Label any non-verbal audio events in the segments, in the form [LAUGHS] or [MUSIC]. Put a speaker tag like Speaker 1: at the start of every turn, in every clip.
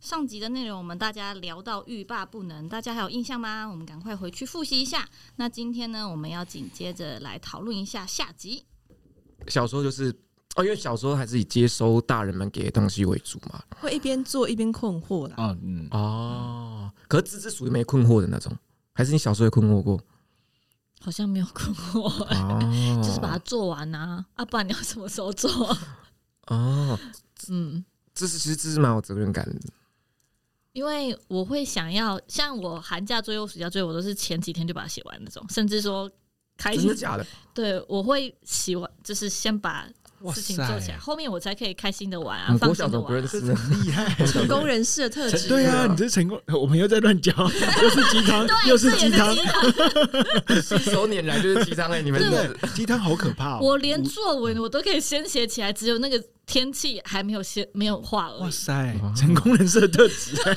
Speaker 1: 上集的内容我们大家聊到欲罢不能，大家还有印象吗？我们赶快回去复习一下。那今天呢，我们要紧接着来讨论一下下集。
Speaker 2: 小时候就是哦，因为小时候还是以接收大人们给的东西为主嘛。
Speaker 3: 会一边做一边困惑啦。
Speaker 4: 啊，嗯，
Speaker 2: 哦，可是芝芝属于没困惑的那种，还是你小时候也困
Speaker 5: [LAUGHS]
Speaker 2: 惑过？
Speaker 5: 好像没有困惑、
Speaker 2: 哦，
Speaker 5: [LAUGHS] 就是把它做完啊，啊，不然你要什么时候做？
Speaker 2: 哦，
Speaker 5: [LAUGHS] 嗯，
Speaker 2: 芝芝其实芝芝蛮有责任感的。
Speaker 5: 因为我会想要，像我寒假作业、暑假作业，我都是前几天就把它写完那种，甚至说开
Speaker 2: 真的假的？
Speaker 5: 对，我会写完，就是先把
Speaker 4: 哇
Speaker 5: 事情做起来，后面我才可以开心的玩啊，
Speaker 2: 你
Speaker 5: 放
Speaker 2: 国
Speaker 5: 心
Speaker 2: 小
Speaker 5: 的
Speaker 2: 怎么不
Speaker 5: 玩
Speaker 2: 认
Speaker 5: 啊。
Speaker 2: 识？
Speaker 5: [LAUGHS]
Speaker 4: 厉害。
Speaker 3: 成功人士的特质，
Speaker 4: 对啊，你这是成功，我们又在乱教，又是鸡汤，又是鸡汤，
Speaker 2: 信手拈来就是鸡汤哎，你们
Speaker 4: 真的鸡汤好可怕哦！
Speaker 5: 我连作
Speaker 2: 嗯
Speaker 5: 文我都可以先写起来，只有那个天气还没有写，没有画而
Speaker 4: 哇
Speaker 5: 已。
Speaker 4: 塞，成功人士的特质，
Speaker 2: 啊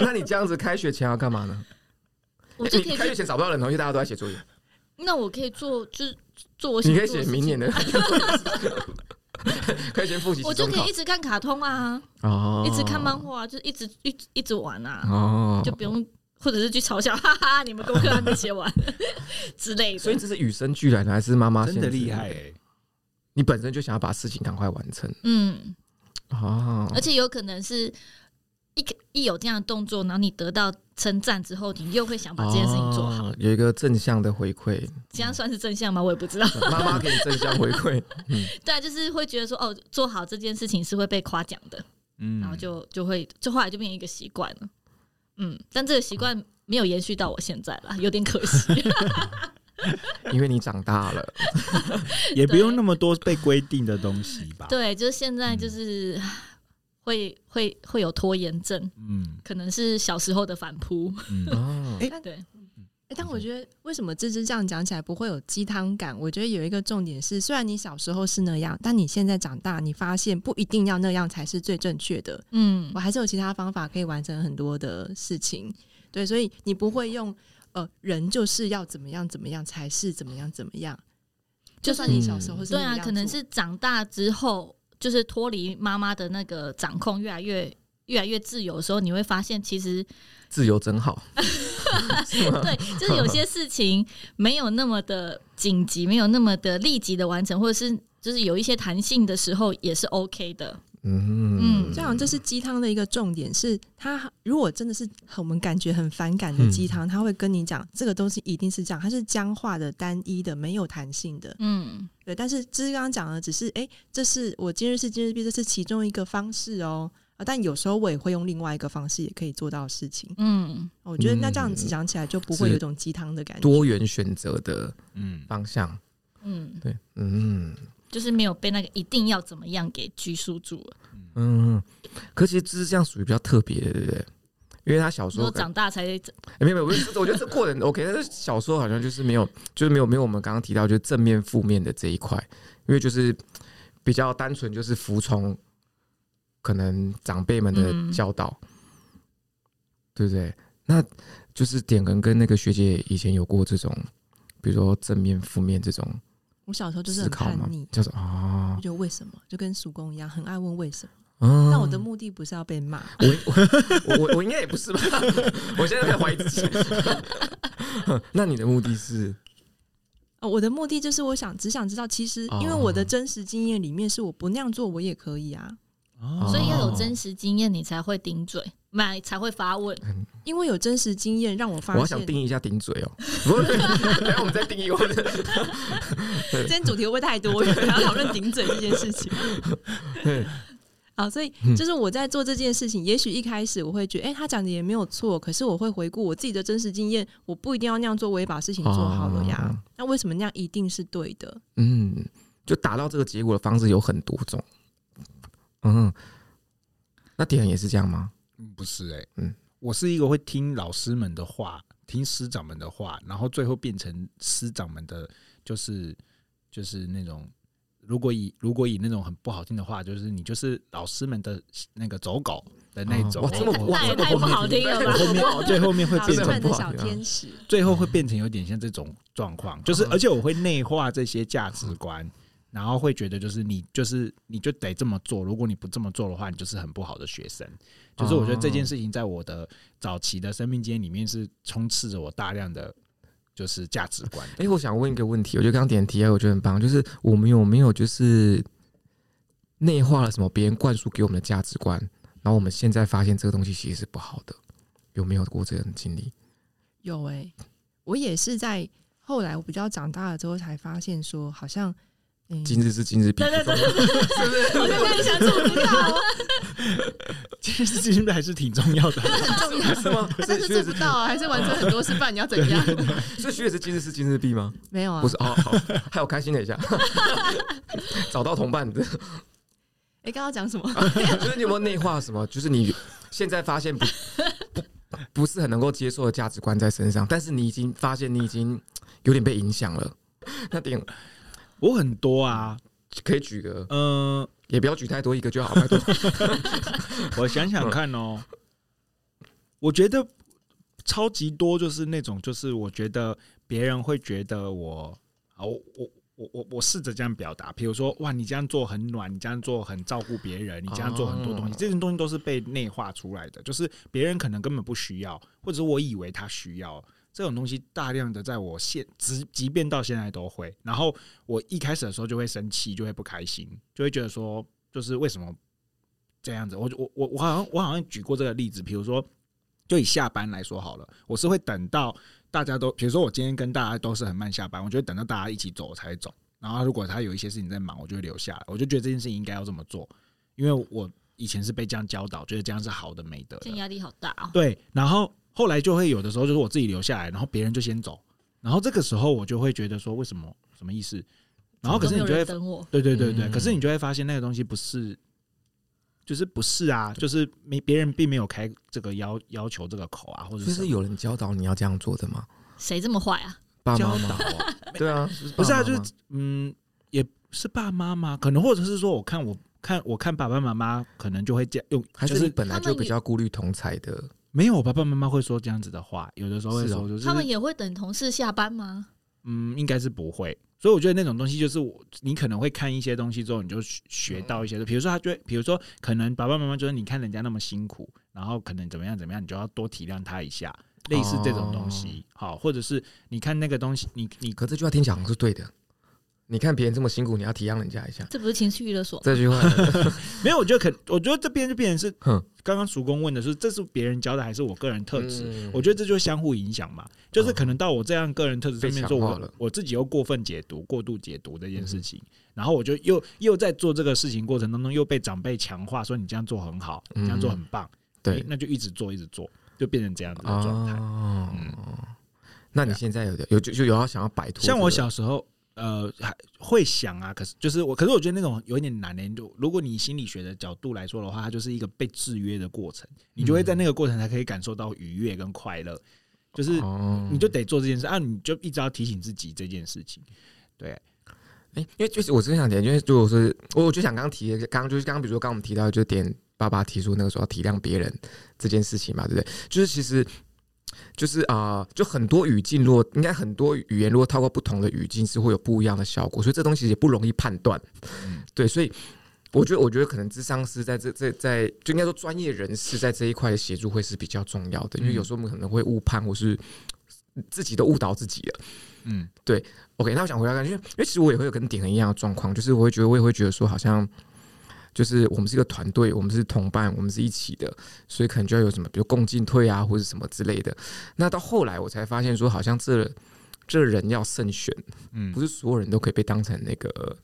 Speaker 2: 那你这样子开学前要干嘛呢？哎
Speaker 5: 我就可
Speaker 2: 你
Speaker 5: 以
Speaker 2: 开学
Speaker 5: 去，
Speaker 2: 前找不到人，因为大家都在写作业。
Speaker 5: 那我可以做，就是做我想
Speaker 2: 你可
Speaker 5: 做
Speaker 2: 以
Speaker 5: 的事
Speaker 2: 写
Speaker 5: 情 [LAUGHS]
Speaker 2: 明年的，可以先复习
Speaker 5: 我
Speaker 2: 期
Speaker 5: 就
Speaker 2: 中
Speaker 5: 可
Speaker 2: 考
Speaker 5: 以一直看卡通啊，
Speaker 2: 哦
Speaker 5: 一直看漫画啊，就是一直一直一直玩啊，
Speaker 2: 哦
Speaker 5: 就不用或者是去嘲笑，哈哈，你们功课还没写
Speaker 2: [LAUGHS]
Speaker 5: 完之类的。
Speaker 2: 所以这是与生俱来的，还是妈妈
Speaker 4: 真的
Speaker 2: 限制
Speaker 4: 厉害？哎！
Speaker 2: 你本身就想要把事情赶快完成
Speaker 5: 嗯，
Speaker 2: 哦，
Speaker 5: 而且有可能是一一有这样的动作，然后你得到称赞之后，你又会想把这件事情做好，
Speaker 2: 哦有一个正向的回馈，
Speaker 5: 这样算是正向吗？我也不知道。
Speaker 2: 妈妈给你正向回馈，
Speaker 5: 对啊，就是会觉得说，哦，做好这件事情是会被夸奖的，
Speaker 4: 嗯
Speaker 5: 然后就就会就后来就变成一个习惯了。嗯，但这个习惯没有延续到我现在啦，有点可惜。
Speaker 2: 因为你长大了，
Speaker 4: 也不用那么多被规定的东西吧？，
Speaker 5: 对，就是现在就是会会会有拖延症，
Speaker 4: 嗯
Speaker 5: 可能是小时候的反扑。
Speaker 4: 嗯，
Speaker 2: 哦，
Speaker 3: 哎
Speaker 5: 对，
Speaker 3: 欸但我觉得为什么芝芝这样讲起来不会有鸡汤感？我觉得有一个重点是，虽然你小时候是那样，但你现在长大，你发现不一定要那样才是最正确的。
Speaker 5: 嗯
Speaker 3: 我，还是有其他方法可以完成很多的事情。对，所以你不会用呃，人就是要怎么样怎么样才是怎么样怎么样。就算你小时候是
Speaker 5: 对
Speaker 3: 那样
Speaker 5: 啊，
Speaker 3: 做
Speaker 5: 可能是长大之后，就是脱离妈妈的那个掌控，越来越越来越自由的时候，你会发现其实
Speaker 2: 自由真好，
Speaker 5: [LAUGHS] 对，就是有些事情没有那么的紧急，没有那么的立即的完成，或者是就是有一些弹性的时候也是 OK 的。
Speaker 2: 嗯
Speaker 5: 嗯
Speaker 3: 虽然这是鸡汤的一个重点，是它如果真的是很我们感觉很反感
Speaker 2: 嗯
Speaker 3: 的鸡汤，它会跟你讲这个东西一定是这样，它是僵化的、单一的、没有弹性的。
Speaker 5: 嗯，
Speaker 3: 对，但是芝芝刚刚讲的只是，哎、这是我今日事今日毕，这是其中一个方式哦。啊，但有时候我也会用另外一个方式也可以做到事情。
Speaker 5: 嗯，
Speaker 3: 我觉得那
Speaker 2: 嗯
Speaker 3: 这样子讲起来就不会
Speaker 2: 是
Speaker 3: 有一种鸡汤的感觉。
Speaker 2: 多元选择的
Speaker 4: 嗯，
Speaker 2: 方向，
Speaker 5: 嗯，
Speaker 2: 对，嗯
Speaker 5: 就是没有被那个一定要怎么样给拘束住了。
Speaker 2: 嗯，可其实这是这样属于比较特别的，对不对？因为他小时
Speaker 5: 说
Speaker 2: 候感
Speaker 5: 长大才
Speaker 2: 欸、没有没有，我是我觉得这过程 OK，但是小时候好像就是没有，就是没有没有我们刚刚提到就是正面负面的这一块，因为就是比较单纯，就是服从可能长辈们的
Speaker 5: 嗯
Speaker 2: 教导，对不对？那就是点跟跟那个学姐以前有过这种，比如说正面负面这种
Speaker 3: 我小时候就是
Speaker 2: 思
Speaker 3: 很
Speaker 2: 考
Speaker 3: 叛
Speaker 2: 嘛
Speaker 3: 逆，，
Speaker 2: 就是啊
Speaker 3: [LAUGHS] 我，觉得为什么就跟叔公一样，很爱问为什么。
Speaker 2: 嗯
Speaker 3: 但我的目的不是要被骂，
Speaker 2: 我我我我应该也不是吧？ [LAUGHS] 我现在在怀疑自己。 [LAUGHS] 那你的目的是
Speaker 3: 呃，我的目的就是我想只想知道，其实
Speaker 2: 哦
Speaker 3: 因为我的真实经验里面是我不那样做我也可以啊，
Speaker 4: 哦
Speaker 5: 所以要有真
Speaker 2: 哦
Speaker 5: 实经验，你才会顶嘴，买才会发问。
Speaker 3: 因为有真实经验让我
Speaker 2: 我
Speaker 3: 发
Speaker 2: 要
Speaker 3: 现
Speaker 2: 想。定义一下顶嘴哦，不是， [LAUGHS] 等一下我们再定义。我们
Speaker 3: [LAUGHS] 今天主题会不会太多？然后讨论顶嘴这件事情。
Speaker 2: 对
Speaker 3: 好，所以
Speaker 2: 嗯
Speaker 3: 就是我在做这件事情，也许一开始我会觉得，哎、他讲的也没有错，可是我会回顾我自己的真实经验，我不一定要那样做，我也把事情做好了呀。
Speaker 2: 哦
Speaker 3: 那为什么那样一定是对的？
Speaker 2: 嗯，就达到这个结果的方式有很多种。嗯，那点也是这样吗？
Speaker 4: 嗯不是哎，
Speaker 2: 嗯
Speaker 4: 嗯，我是一个会听老师们的话，听师长们的话，然后最后变成师长们的，就是就是那种，如果以如果以那种很不好听的话，就是你就是老师们的那个走狗的那种，
Speaker 2: 哦哇这么
Speaker 4: 我
Speaker 2: 哇
Speaker 5: 那也
Speaker 2: 这么
Speaker 5: 太不好听了吧
Speaker 4: 我后面最后面会
Speaker 3: 老
Speaker 4: 变
Speaker 3: 师
Speaker 2: 真的
Speaker 4: 成
Speaker 3: 们
Speaker 2: 很
Speaker 3: 的
Speaker 2: 不好
Speaker 3: 小
Speaker 2: 听啊
Speaker 3: 天使，
Speaker 4: 最后会变成有点像这种状况，就是
Speaker 2: 嗯
Speaker 4: 而且我会内化这些价值观，然后会觉得就是你就是你就得这么做，如果你不这么做的话，你就是很不好的学生。就是我觉得这件事情在我的早期的生命经验里面是充斥着我大量的就是价值观的。 [LAUGHS]
Speaker 2: 哎、我想问一个问题，我觉得刚刚点题啊，我觉得很棒，就是我们有没有就是内化了什么别人灌输给我们的价值观，然后我们现在发现这个东西其实是不好的，有没有过这种经历？
Speaker 3: 有哎、我也是在后来我比较长大了之后才发现说，好像嗯， [LAUGHS]
Speaker 2: 今日是今日，彼
Speaker 5: [LAUGHS] 对
Speaker 2: 之
Speaker 5: 对
Speaker 2: 中
Speaker 5: 对对对，我刚刚想说，我知 [LAUGHS] 道，
Speaker 4: 这件事情还是挺重要的。
Speaker 3: 很重
Speaker 2: [LAUGHS]
Speaker 3: 要，
Speaker 2: 是吗？所
Speaker 3: 但
Speaker 2: 以
Speaker 3: 是
Speaker 2: 所以
Speaker 3: 做不到啊，还是完成很多事，不然你要怎样？
Speaker 2: [LAUGHS] 所以徐也是今日是今日毕吗？
Speaker 3: 没有啊，
Speaker 2: 不是哦，好， [LAUGHS] 还有开心了一下， [LAUGHS] 找到同伴的， [LAUGHS]
Speaker 3: 哎、刚刚讲什
Speaker 2: 啊
Speaker 3: 么？
Speaker 2: 就是你有没有内化什么？就是你现在发现不不不是很能够接受的价值观在身上，但是你已经发现你已经有点被影响了。 [LAUGHS] 那点
Speaker 4: [LAUGHS] 我很多啊，
Speaker 2: 可以举个，
Speaker 4: 嗯、
Speaker 2: 也不要举太多一个就好，拜托。
Speaker 4: 我想想看哦，我觉得超级多，就是那种，就是我觉得别人会觉得我，啊，我我我我我试着这样表达，比如说，哇，你这样做很暖，你这样做很照顾别人，你这样做很多东西，
Speaker 2: 哦
Speaker 4: 这些东西都是被内化出来的，就是别人可能根本不需要，或者是我以为他需要。这种东西大量的在我现即即便到现在都会，然后我一开始的时候就会生气，就会不开心，就会觉得说，就是为什么这样子？我我我我好像我好像举过这个例子，比如说，就以下班来说好了，我是会等到大家都，比如说我今天跟大家都是很慢下班，我就会等到大家一起走我才会走。然后如果他有一些事情在忙，我就会留下来。我就觉得这件事情应该要这么做，因为我以前是被这样教导，觉得这样是好的美德
Speaker 5: 这。
Speaker 4: 的
Speaker 5: 压力好大哦。
Speaker 4: 对，然后后来就会有的时候就是我自己留下来，然后别人就先走，然后这个时候我就会觉得说为什么什么意思？然后可
Speaker 5: 都
Speaker 4: 是
Speaker 5: 没
Speaker 4: 你
Speaker 5: 有
Speaker 4: 就会
Speaker 5: 人等我，
Speaker 4: 对对对对，
Speaker 2: 嗯
Speaker 4: 可是你就会发现那个东西不是，就是不是啊，就是没别人并没有开这个要要求这个口啊，或
Speaker 2: [LAUGHS]
Speaker 4: 者
Speaker 2: 就是
Speaker 4: 什
Speaker 2: 是
Speaker 4: 么
Speaker 2: 有人教导你要这样做的吗？
Speaker 5: 谁这么坏啊？
Speaker 2: [LAUGHS] 爸
Speaker 4: 教
Speaker 2: 妈
Speaker 4: 导
Speaker 2: 吗？
Speaker 4: 啊，
Speaker 2: 对啊，
Speaker 4: 不是
Speaker 2: 爸
Speaker 4: 啊，
Speaker 2: 妈
Speaker 4: 就
Speaker 2: 吗
Speaker 4: 是嗯，也是爸妈嘛，可能或者是说我看我看我看爸爸妈妈可能就会这样用，
Speaker 2: 还
Speaker 4: 就是
Speaker 2: 你
Speaker 4: 是
Speaker 2: 本来
Speaker 5: 他们
Speaker 2: 就比较顾虑同才的，
Speaker 4: 没有我爸爸妈妈会说这样子的话，有的时候会
Speaker 2: 是哦
Speaker 4: 说就是
Speaker 5: 他们也会等同事下班吗？
Speaker 4: 嗯，应该是不会。所以我觉得那种东西就是我，你可能会看一些东西之后，你就学学到
Speaker 2: 嗯
Speaker 4: 一些。比如说，他就会，比如说，可能爸爸妈妈觉得你看人家那么辛苦，然后可能怎么样怎么样，你就要多体谅他一下，类似这种东西。
Speaker 2: 哦
Speaker 4: 好，或者是你看那个东西，你你
Speaker 2: 可这句话听起来好像是对的。你看别人这么辛苦，你要体谅人家一下。
Speaker 5: 这不是情绪勒索？
Speaker 2: 这句话
Speaker 4: [LAUGHS] 没有，我觉得可，我觉得这边就变成是
Speaker 2: 哼
Speaker 4: 刚刚叔公问的是，这是别人教的还是我个人特质？
Speaker 2: 嗯
Speaker 4: 我觉得这就相互影响嘛，就是可能到我这样个人特质上面
Speaker 2: 被
Speaker 4: 说，
Speaker 2: 强化
Speaker 4: 我
Speaker 2: 了嗯
Speaker 4: 我自己又过分解读、过度解读这件事情，然后我就又又在做这个事情过程当中又被长辈强化，说你这样做很好，你这样做很棒，诶
Speaker 2: 嗯对
Speaker 4: 那就一直做一直做，就变成这样子的状态。
Speaker 2: 哦
Speaker 4: 嗯，
Speaker 2: 那你现在有点有就就有要想要摆脱这个，
Speaker 4: 像我小时候，呃，还会想啊，可是就是我，可是我觉得那种有一点难呢、欸就如果你心理学的角度来说的话，它就是一个被制约的过程，你
Speaker 2: 嗯
Speaker 4: 就会在那个过程才可以感受到愉悦跟快乐，就是
Speaker 2: 哦，
Speaker 4: 你就得做这件事啊，你就一直要提醒自己这件事情。对，
Speaker 2: 哎、因为就是我真想点，因为如果是我，我就想刚刚提的，刚刚就是刚刚，比如说刚刚我们提到，就点爸爸提出那个时候要体谅别人这件事情嘛，对不对？就是其实就是啊、呃就很多语境，如果应该很多语言，如果透过不同的语境是会有不一样的效果，所以这东西也不容易判断。
Speaker 4: 嗯
Speaker 2: 对，所以我觉得，我觉得可能智商师在这这在就应该说专业人士在这一块的协助会是比较重要的，因为
Speaker 4: 嗯
Speaker 2: 有时候我们可能会误判或是自己都误导自己了。
Speaker 4: 嗯
Speaker 2: OK，那我想回到刚才，因为因为其实我也会有跟鼎恒一样的状况，就是我会觉得我也会觉得说，好像就是我们是一个团队，我们是同伴，我们是一起的，所以可能就要有什么，比如共进退啊，或者什么之类的。那到后来我才发现说，好像这这人要慎选，
Speaker 4: 嗯
Speaker 2: 不，是所有人都可以被当成那个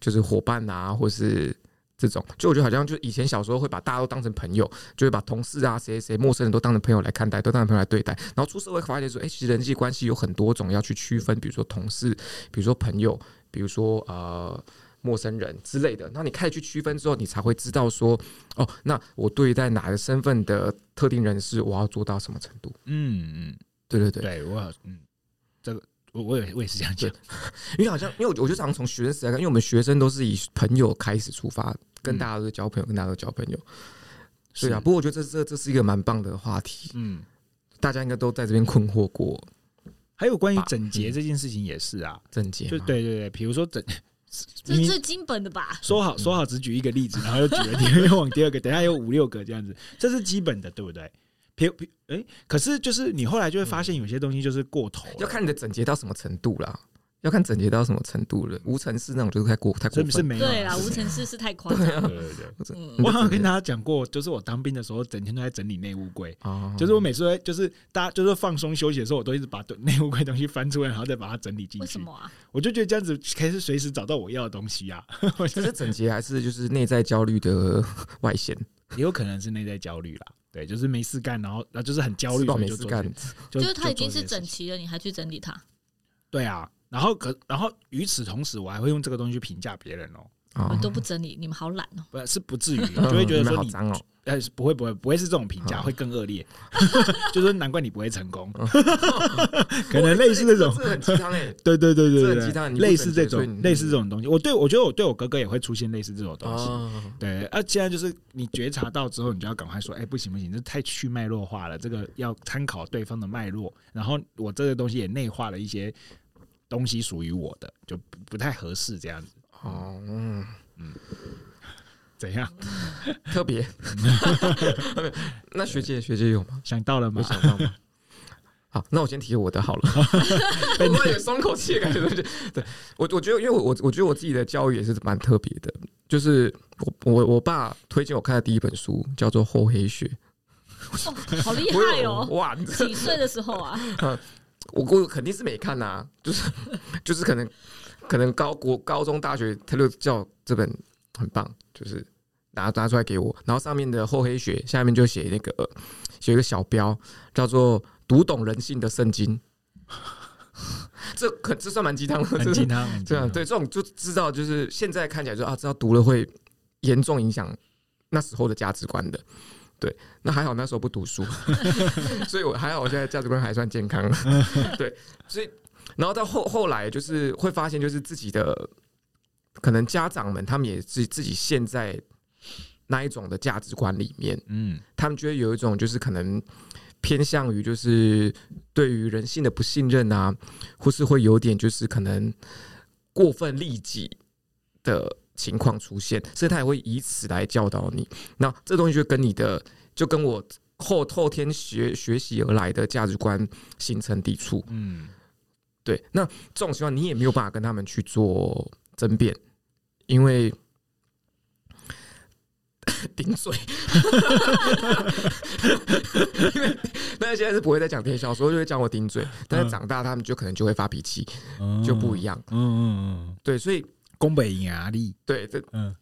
Speaker 2: 就是伙伴啊，或是这种。就我觉得好像就以前小时候会把大家都当成朋友，就会把同事啊、谁谁谁陌生人都当成朋友来看待，都当成朋友来对待。然后出社会发现说，哎、其实人际关系有很多种要去区分，比如说同事，比如说朋友，比如说呃。陌生人之类的，那你开始去区分之后，你才会知道说，哦，那我对待哪个身份的特定人士，我要做到什么程度？
Speaker 4: 嗯嗯，
Speaker 2: 对对对，
Speaker 4: 对我好嗯，这个我我也我也是这样讲，
Speaker 2: 因为好像，因为我我就常从学生时代看，因为我们学生都是以朋友开始出发，跟
Speaker 4: 嗯
Speaker 2: 大家都是交朋友，跟大家都交朋友。
Speaker 4: 是
Speaker 2: 对啊，不过我觉得这这这是一个蛮棒的话题，
Speaker 4: 嗯。
Speaker 2: 大家应该都在这边困惑过。
Speaker 4: 还有关于
Speaker 2: 吧
Speaker 4: 整洁
Speaker 2: 嗯
Speaker 4: 这件事情也是啊，
Speaker 2: 郑杰
Speaker 4: 就
Speaker 2: 吗，
Speaker 4: 对对对，比如说整
Speaker 5: [LAUGHS] 这是最基本的吧？
Speaker 4: 说好说好只举一个 [LAUGHS] 例子，然后又举了第二，又往第二个，等一下有五六个这样子，这是基本的，对不对？别别，哎、可是就是你后来就会发现有些东西就是过头
Speaker 2: 要
Speaker 4: 了，
Speaker 2: 看你的整洁到什么程度啦，要看整洁到什么程度了。无尘室那种就是太过太过
Speaker 4: 是不是
Speaker 2: 分了，
Speaker 4: 没有？
Speaker 5: 对啦，无尘室啊是太啊夸张。
Speaker 4: 对对对。
Speaker 5: 嗯
Speaker 2: 你
Speaker 4: 我
Speaker 2: 的
Speaker 4: 好
Speaker 2: 整
Speaker 4: 像跟
Speaker 2: 洁
Speaker 4: 大家讲过，就是我当兵的时候，整天都在整理内务柜。
Speaker 2: 哦，
Speaker 4: 就是我每次都会，就是大家就是放松休息的时候，我都一直把内务柜东西翻出来，然后再把它整理进
Speaker 5: 为什
Speaker 4: 去。
Speaker 5: 么啊？
Speaker 4: 我就觉得这样子可以随时找到我要的东西
Speaker 2: [LAUGHS]
Speaker 4: 啊。我觉
Speaker 2: 这
Speaker 4: 得
Speaker 2: 是整洁还是就是内在焦虑的 [LAUGHS] 外显？
Speaker 4: 也有可能是内在焦虑啦，对，就是没事干，然后然后就是很焦
Speaker 2: 吃
Speaker 4: 虑，
Speaker 2: 饱
Speaker 4: 所以
Speaker 2: 没
Speaker 4: 就
Speaker 2: 事
Speaker 4: 做
Speaker 2: 干
Speaker 4: 这，就
Speaker 5: 就是它已经
Speaker 4: 做
Speaker 5: 是
Speaker 4: 这些事
Speaker 5: 整
Speaker 4: 情
Speaker 5: 齐了，你还去整理它？
Speaker 4: 对啊。然后可然后与此同时，我还会用这个东西去评价别人哦，
Speaker 2: 哦
Speaker 5: 你都不整理，你们好懒哦。
Speaker 4: 不是
Speaker 2: [LAUGHS]
Speaker 4: 不至于，
Speaker 2: 嗯
Speaker 4: 就会觉得
Speaker 2: 你们
Speaker 4: 说
Speaker 2: 好
Speaker 4: 你
Speaker 2: 脏哦，
Speaker 4: 呃是不会不会不会是这种
Speaker 2: 嗯
Speaker 4: 评价，会更恶劣， [LAUGHS] 就是难怪你不会成功， [LAUGHS] 可能类似这种
Speaker 2: [LAUGHS] 这。个很鸡汤欸诶，
Speaker 4: [LAUGHS] 对对对对
Speaker 2: 这很
Speaker 4: 对
Speaker 2: 鸡汤
Speaker 4: 对，
Speaker 2: 你不
Speaker 4: 类似这
Speaker 2: 整洁所以你
Speaker 4: 种类似这种东西，我对我觉得我对我哥哥也会出现类似这种东西，
Speaker 2: 哦，
Speaker 4: 对，啊，既然就是你觉察到之后，你就要赶快说，哎、不行不行，这太去脉络化了，这个要参考对方的脉络。然后我这个东西也内化了一些东西属于我的，就不不太合适这样子。
Speaker 2: 哦，嗯，
Speaker 4: 怎样？ [LAUGHS]
Speaker 2: 特别。那学姐学姐有吗？
Speaker 4: 想到了吗
Speaker 2: 有？想到吗？ [LAUGHS] 好，那我先提我的好了，我突然有松口气的感觉。对不对对我，我觉得，因为我我我觉得我自己的教育也是蛮特别的，就是我我我爸推荐我看的第一本书叫做《厚黑学》，
Speaker 5: 哦 [LAUGHS] 好厉
Speaker 2: 我
Speaker 5: 害
Speaker 2: 有
Speaker 5: 哦！
Speaker 2: 哇，
Speaker 5: [LAUGHS]
Speaker 2: 你这
Speaker 5: 几岁的时候啊？
Speaker 2: 我我肯定是没看呐、啊就是就是可能可能高国高中大学他就叫我这本很棒，就是拿拿出来给我，然后上面的厚黑学下面就写那个呃写一个小标叫做“读懂人性的圣经”， [LAUGHS] 这可这算蛮鸡汤的，
Speaker 4: 很
Speaker 2: 这
Speaker 4: 鸡汤，很鸡
Speaker 2: 对啊，
Speaker 4: 汤
Speaker 2: 对，这种就知道，就是现在看起来就啊，知道读了会严重影响那时候的价值观的。对，那还好那时候不读书，所以我还好，我现在价值观还算健康。对，所以然后到后后来就是会发现，就是自己的可能家长们他们也自自己陷在那一种的价值观里面，
Speaker 4: 嗯，
Speaker 2: 他们就会有一种就是可能偏向于就是对于人性的不信任啊，或是会有点就是可能过分利己的情况出现，所以他也会以此来教导你。那这东西就跟你的就跟我后后天学学习而来的价值观形成抵触。
Speaker 4: 嗯，
Speaker 2: 对，那这种情况你也没有办法跟他们去做争辩，因为顶嘴，因为那现在是不会再讲天小时候就会讲我顶嘴，但是长大他们就可能就会发脾气，
Speaker 4: 嗯
Speaker 2: 就不一，样。
Speaker 4: 嗯嗯嗯，
Speaker 2: 对，所以
Speaker 4: 宫北压力，
Speaker 2: 对这
Speaker 4: 嗯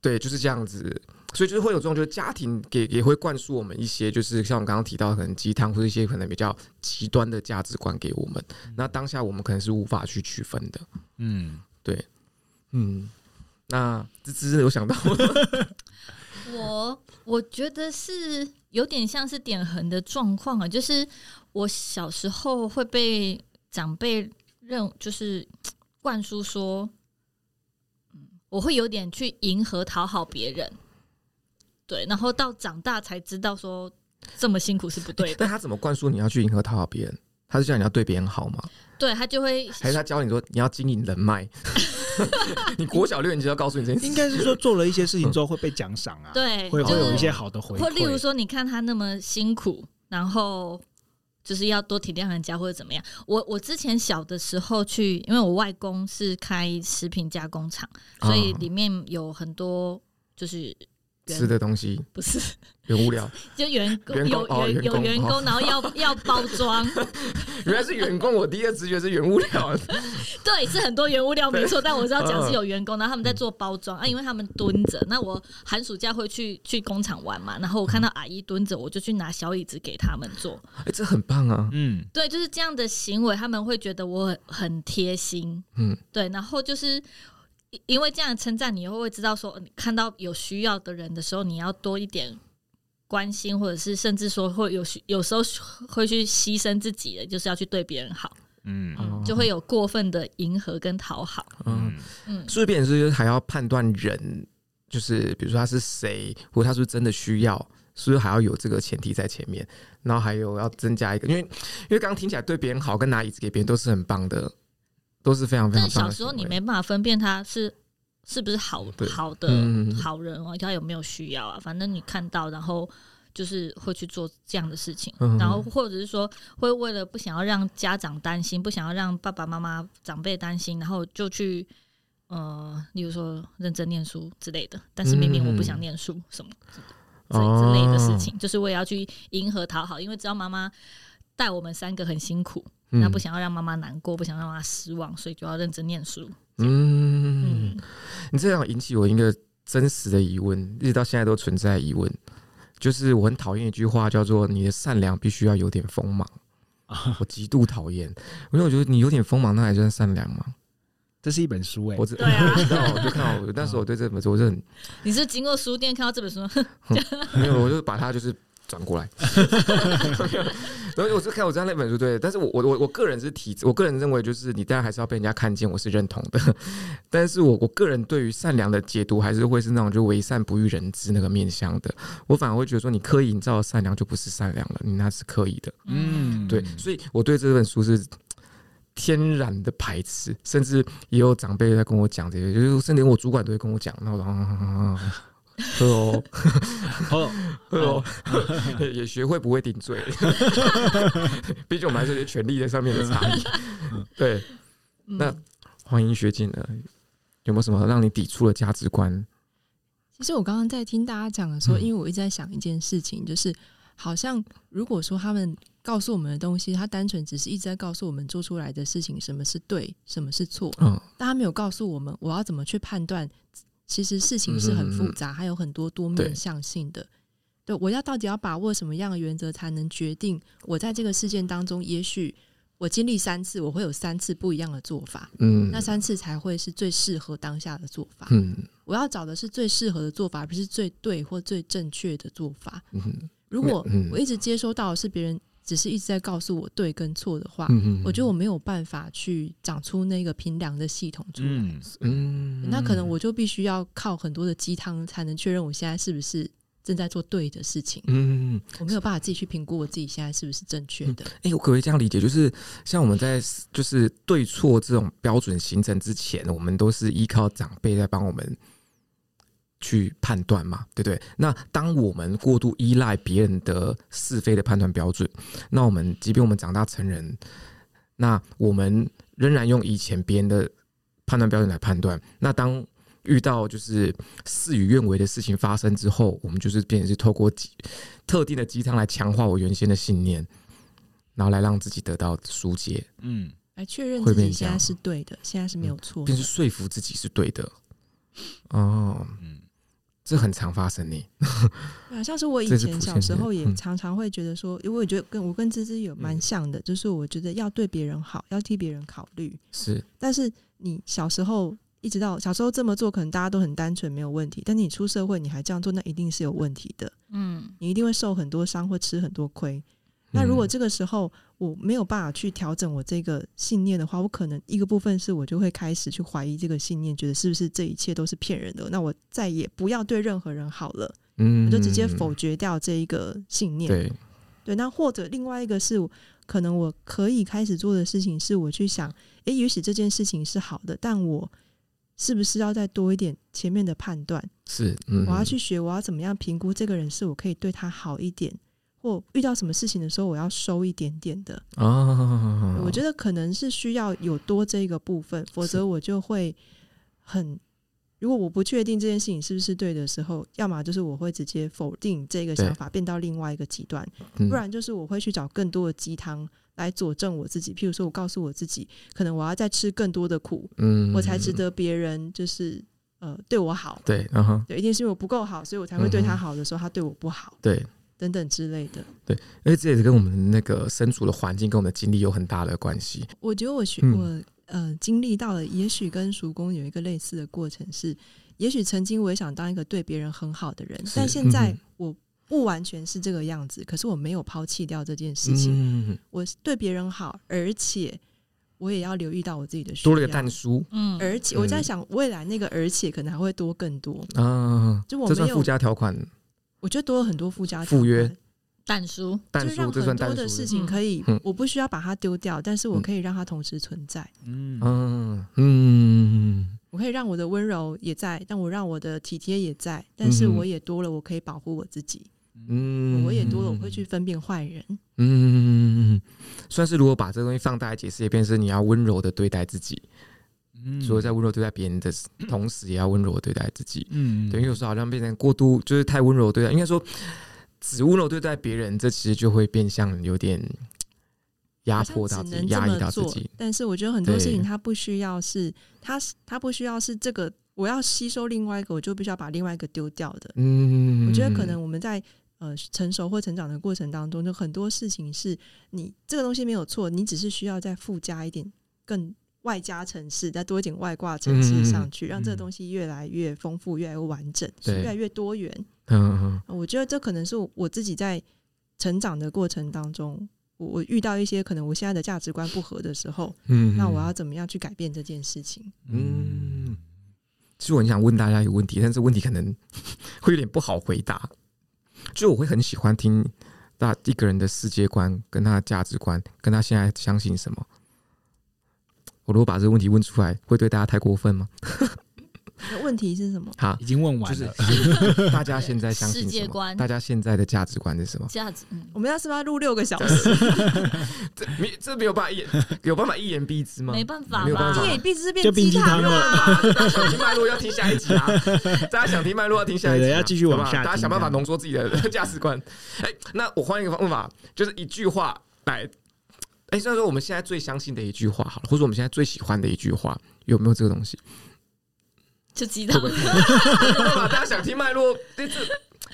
Speaker 2: 对就是这样子。所以就是会有这种，就是家庭给也会灌输我们一些，就是像我们刚刚提到的可能鸡汤或者一些可能比较极端的价值观给我们。那当下我们可能是无法去区分的。
Speaker 4: 嗯，
Speaker 2: 嗯，那芝芝有想到
Speaker 5: [LAUGHS] 我我觉得是有点像是点横的状况啊，就是我小时候会被长辈认，就是嘖灌输说，嗯，我会有点去迎合讨好别人，对，然后到长大才知道说这么辛苦是不
Speaker 2: [LAUGHS]
Speaker 5: 对的，
Speaker 2: 但他怎么灌输你要去迎合讨好别人？他是叫你要对别人好
Speaker 4: [LAUGHS]
Speaker 2: 吗？
Speaker 5: 对他就会
Speaker 2: 还是他教你说你要经营人脉？ [LAUGHS] 你国小六年级就要告诉你这件
Speaker 4: 应
Speaker 2: 事，
Speaker 4: 该是说做了一些事情之后会被奖赏啊，，
Speaker 5: 对，
Speaker 4: 会
Speaker 5: 就
Speaker 4: 会有
Speaker 5: 是
Speaker 4: 一些好的回馈，
Speaker 5: 或例如说，你看他那么辛苦，然后就是要多体谅人家或者怎么样。我我之前小的时候去，因为我外公是开食品加工厂，所以
Speaker 2: 哦
Speaker 5: 里面有很多就是原
Speaker 2: 吃的东西
Speaker 5: 不是
Speaker 2: 很无聊。
Speaker 5: 就员工
Speaker 2: 员工
Speaker 5: 有
Speaker 2: 哦
Speaker 5: 有
Speaker 2: 员
Speaker 5: 有
Speaker 2: 工
Speaker 5: 员
Speaker 2: 哦
Speaker 5: 工，然后
Speaker 2: [LAUGHS]
Speaker 5: 要要包装，
Speaker 2: 原来是员工，我第一个直觉是原物
Speaker 4: [LAUGHS]
Speaker 2: 料。
Speaker 5: 对，是很多原物料没错，但我是要讲
Speaker 2: 嗯
Speaker 5: 是有员工，然后他们在做包装啊，因为他们蹲着。那我寒暑假会去去工厂玩嘛，然后我看到阿姨蹲着，我就去拿小椅子给他们做。
Speaker 2: 哎、这很棒啊！
Speaker 4: 嗯，
Speaker 5: 对，就是这样的行为，他们会觉得我很很贴心，
Speaker 2: 嗯，
Speaker 5: 对，然后就是因因为这样的称赞，你又会知道说，呃你看到有需要的人的时候，你要多一点关心，或者是甚至说会有需有时候会去牺牲自己的，就是要去对别人好，
Speaker 4: 嗯嗯
Speaker 2: 哦
Speaker 5: 就会有过分的迎合跟讨好，
Speaker 2: 嗯，
Speaker 4: 嗯
Speaker 5: 嗯，
Speaker 2: 是不是变成是还要判断人，就是比如说他是谁，或者他是不是真的需要，是不是还要有这个前提在前面？然后还有要增加一个，因为因为刚刚听起来对别人好跟拿椅子给别人都是很棒的都是非常非常
Speaker 5: 但
Speaker 2: 棒
Speaker 5: 小
Speaker 2: 的行为。
Speaker 5: 时候你没办法分辨他是是不是好
Speaker 2: 对
Speaker 5: 好的、
Speaker 2: 嗯
Speaker 5: 好人哦，他有没有需要啊？反正你看到，然后就是会去做这样的事情，
Speaker 2: 嗯
Speaker 5: 然后或者是说会为了不想要让家长担心，不想要让爸爸妈妈长辈担心，然后就去。呃，例如说认真念书之类的，但是明明我不想
Speaker 2: 嗯
Speaker 5: 念书，什么之之类的
Speaker 2: 哦
Speaker 5: 事情，就是我也要去迎合讨好，因为知道妈妈带我们三个很辛苦，
Speaker 2: 嗯，
Speaker 5: 那不想要让妈妈难过，不想让妈妈失望，所以就要认真念书。
Speaker 2: 嗯，
Speaker 5: 嗯，
Speaker 2: 你这样引起我一个真实的疑问，一直到现在都存在的疑问，就是我很讨厌一句话叫做“你的善良必须要有点锋芒”，我极度讨厌，因为我觉得你有点锋芒，那还算善良吗？
Speaker 4: 这是一本书哎、
Speaker 2: 我这
Speaker 5: 对啊
Speaker 2: [LAUGHS] 我知道，我就看到我那时候我对这本书我是很
Speaker 5: 你是经过书店看到这本书，
Speaker 2: 没有，我就把它就是
Speaker 5: [LAUGHS]
Speaker 2: 转过来。然后我是看我知道那本书对，但是我我我我个人是体，我个人认为就是你当然还是要被人家看见，我是认同的。 [LAUGHS] 但是我我个人对于善良的解读还是会是那种就为善不欲人知那个面向的，我反而会觉得说你刻意营造的善良就不是善良了，你那是刻意的。
Speaker 4: 嗯，
Speaker 2: 对，所以我对这本书是天然的排斥，甚至也有长辈在跟我讲这些，就是甚至连我主管都会跟我讲，那我说啊啊啊啊啊喝哦，
Speaker 4: 哦，
Speaker 2: 喝哦，也也学会不会顶嘴， [LAUGHS] 毕竟我们还是有些权利在上面的差异。对，
Speaker 3: 嗯
Speaker 2: 那欢迎学进呢，有没有什么让你抵触的价值观？
Speaker 3: 其实我刚刚在听大家讲的时候，
Speaker 2: 嗯
Speaker 3: 因为我一直在想一件事情，就是好像如果说他们告诉我们的东西，他单纯只是一直在告诉我们做出来的事情什么是对，什么是错，
Speaker 2: 嗯
Speaker 3: 但他没有告诉我们我要怎么去判断。其实事情是很复
Speaker 2: 嗯
Speaker 3: 杂，还有很多多面向性的。对，我要到底要把握什么样的原则，才能决定我在这个事件当中，也许我经历三次，我会有三次不一样的做法，
Speaker 2: 嗯，
Speaker 3: 那三次才会是最适合当下的做法。
Speaker 2: 嗯
Speaker 3: 我要找的是最适合的做法，而不是最对或最正确的做法。
Speaker 2: 嗯
Speaker 3: 如果
Speaker 2: 嗯
Speaker 3: 我一直接收到的是别人只是一直在告诉我对跟错的话，
Speaker 2: 嗯
Speaker 3: 啊我觉得我没有办法去长出那个平量的系统出来。
Speaker 4: 嗯，
Speaker 2: 嗯
Speaker 3: 那可能我就必须要靠很多的鸡汤才能确认我现在是不是正在做对的事情。
Speaker 2: 嗯。
Speaker 3: 我没有办法自己去评估我自己现在是不是正确的。
Speaker 2: 哎、我可不可以这样理解？就是像我们在就是对错这种标准形成之前，我们都是依靠长辈在帮我们去判断嘛，对不对？那当我们过度依赖别人的是非的判断标准，那我们即便我们长大成人，那我们仍然用以前别人的判断标准来判断。那当遇到就是事与愿违的事情发生之后，我们就是变成是透过鸡特定的鸡汤来强化我原先的信念。然后来让自己得到疏解，
Speaker 4: 嗯，
Speaker 3: 来确认
Speaker 2: 会
Speaker 3: 自
Speaker 2: 变
Speaker 3: 己现
Speaker 2: 这样
Speaker 3: 在是对的，现在是没有错的
Speaker 2: 便是。嗯说服自己是对的。哦，
Speaker 4: 嗯，
Speaker 2: 这很常发生呢。
Speaker 3: 对啊，像是我以
Speaker 2: 这是
Speaker 3: 前
Speaker 2: 普
Speaker 3: 小
Speaker 2: 遍
Speaker 3: 时
Speaker 2: 的
Speaker 3: 候也
Speaker 2: 嗯
Speaker 3: 常常会觉得说，因为我觉得跟我跟芝芝有蛮像的，就是我觉得要对别人好，要替别人考虑。
Speaker 2: 是，
Speaker 3: 但是你小时候一直到小时候这么做，可能大家都很单纯，没有问题。但你出社会，你还这样做，那一定是有问题的，
Speaker 5: 嗯，
Speaker 3: 你一定会受很多伤，会吃很多亏。那如果
Speaker 2: 嗯
Speaker 3: 这个时候我没有办法去调整我这个信念的话，我可能一个部分是我就会开始去怀疑这个信念，觉得是不是这一切都是骗人的？那我再也不要对任何人好了。
Speaker 2: 嗯
Speaker 3: 我就直接否决掉这一个信念。
Speaker 2: 对，
Speaker 3: 对那或者另外一个是我，可能我可以开始做的事情是，我去想，诶，也许这件事情是好的，但我是不是要再多一点前面的判断？
Speaker 2: 是，嗯，
Speaker 3: 我要去学，我要怎么样评估这个人是我可以对他好一点，或遇到什么事情的时候，我要收一点点的。
Speaker 2: 啊哦，
Speaker 3: 我觉得可能是需要有多这个部分，否
Speaker 2: 是
Speaker 3: 则我就会很。如果我不确定这件事情是不是对的时候，要么就是我会直接否定这个想
Speaker 2: 对
Speaker 3: 法，变到另外一个极端；
Speaker 2: 嗯
Speaker 3: 不然就是我会去找更多的鸡汤来佐证我自己。譬如说，我告诉我自己，可能我要再吃更多的苦，
Speaker 2: 嗯
Speaker 3: 我才值。得别人就是呃对我好。
Speaker 2: 对，啊然后
Speaker 3: 对，一定是因为我不够好，所以我才会对
Speaker 2: 嗯
Speaker 3: 他
Speaker 2: 哼
Speaker 3: 好的时候，他对我不好
Speaker 2: 对，
Speaker 3: 等等之类的。
Speaker 2: 因为这也是跟我们那个身处的环境跟我们的经历有很大的关系。
Speaker 3: 我觉得我学、
Speaker 2: 嗯
Speaker 3: 我呃经历到了，也许跟叔公有一个类似的过程是，也许曾经我也想当一个对别人很好的人，
Speaker 2: 是
Speaker 3: 但现在
Speaker 2: 嗯
Speaker 3: 我不完全是这个样子，可是我没有抛弃掉这件事情，
Speaker 2: 嗯，
Speaker 3: 我是对别人好，而且我也要留意到我自己的需要。
Speaker 2: 多了一个蛋叔
Speaker 5: 嗯，
Speaker 3: 而且我在想，未来那个而且可能还会多更多，
Speaker 2: 啊，
Speaker 3: 就我
Speaker 2: 这
Speaker 3: 没
Speaker 2: 算
Speaker 3: 有
Speaker 2: 附，加条款。
Speaker 3: 我觉得多了很多附加
Speaker 2: 附约
Speaker 3: 条款。
Speaker 5: 蛋叔，
Speaker 2: 淡
Speaker 3: 就是让
Speaker 2: 叔，这
Speaker 3: 很
Speaker 2: 算淡
Speaker 3: 多
Speaker 2: 叔
Speaker 3: 的事
Speaker 2: 是
Speaker 3: 情可以
Speaker 2: 嗯，
Speaker 3: 我不需要把它丢掉，但是我可以让它同时存在。
Speaker 4: 嗯，
Speaker 2: 嗯嗯，
Speaker 3: 我可以让我的温柔也在，但我让我的体贴也在，但是
Speaker 2: 嗯哼
Speaker 3: 我也多了，我可以保护我自己，
Speaker 2: 嗯，
Speaker 3: 我也多了，我会去分辨坏人。
Speaker 2: 嗯，算是如果把这个东西放大来解释，也便是你要温柔的对待自己，
Speaker 4: 嗯
Speaker 2: 除了在温柔地对待别人的同时，也要温柔的对待自己。
Speaker 4: 嗯，
Speaker 2: 对，因为有时候好像变成过度，就是太温柔地对待，应该说只温柔地对待别人，这其实就会变相有点压
Speaker 3: 好像
Speaker 2: 迫到
Speaker 3: 只
Speaker 2: 自
Speaker 3: 能
Speaker 2: 己，
Speaker 3: 这
Speaker 2: 压抑
Speaker 3: 么
Speaker 2: 到自
Speaker 3: 做
Speaker 2: 己。。
Speaker 3: 但是我觉得很多事情
Speaker 2: 对
Speaker 3: 它不需要是，它是它不需要是这个，我要吸收另外一个，我就必须要把另外一个丢掉的。
Speaker 2: 嗯，
Speaker 3: 我觉得可能我们在呃成熟或成长的过程当中，就很多事情是你这个东西没有错，你只是需要再附加一点更外加城市，再多一点外挂城市上去，让这个东西越来越丰富、越来越完整、
Speaker 2: 对
Speaker 3: 越来越多元。
Speaker 2: 嗯，嗯
Speaker 3: 呃我觉得这可能是我自己在成长的过程当中。我我遇到一些可能我现在的价值观不合的时候，
Speaker 2: 嗯，
Speaker 3: 那我要怎么样去改变这件事情？
Speaker 2: 嗯，其实我很想问大家一个问题，但是问题可能 [LAUGHS] 会有点不好回答。就我会很喜欢听大一个人的世界观、跟他的价值观、跟他现在相信什么。我如果把这个问题问出来，会对大家太过分吗？
Speaker 3: 那问题是什么？
Speaker 2: 好 [LAUGHS]
Speaker 4: 已，经问
Speaker 2: 就
Speaker 4: 完
Speaker 2: 是
Speaker 4: 了，
Speaker 2: 大家现在相信
Speaker 5: 世界
Speaker 2: 什么？
Speaker 5: 观
Speaker 2: 大家现在的价值观是什么？
Speaker 5: 这样子，嗯，
Speaker 3: 我
Speaker 2: 哦
Speaker 3: 们要是不是要录六个小时？啊
Speaker 2: 这没这没有办法一言有办法一言蔽之吗？
Speaker 5: 没办法
Speaker 2: 没有办
Speaker 5: 吧
Speaker 2: 法？
Speaker 3: 夜必知变
Speaker 4: 就变
Speaker 3: 鸡
Speaker 4: 鸡
Speaker 3: 汤啊
Speaker 4: 汤了
Speaker 3: 啦！
Speaker 2: 大家想听脉络要听下一
Speaker 4: [LAUGHS]
Speaker 2: 集啊！大家想听脉络要听下一集、啊，
Speaker 4: 对要继续往下
Speaker 2: 好不好大家
Speaker 4: 听
Speaker 2: 想办法
Speaker 4: 这样
Speaker 2: 浓缩自己的价值观。哎、那我换一个方法，就是一句话来。哎、虽然说我们现在最相信的一句话好了，或者我们现在最喜欢的一句话，有没有这个东西？
Speaker 5: 就鸡汤，
Speaker 2: 没有办
Speaker 4: [LAUGHS]
Speaker 2: 法，大家想听脉络，这这。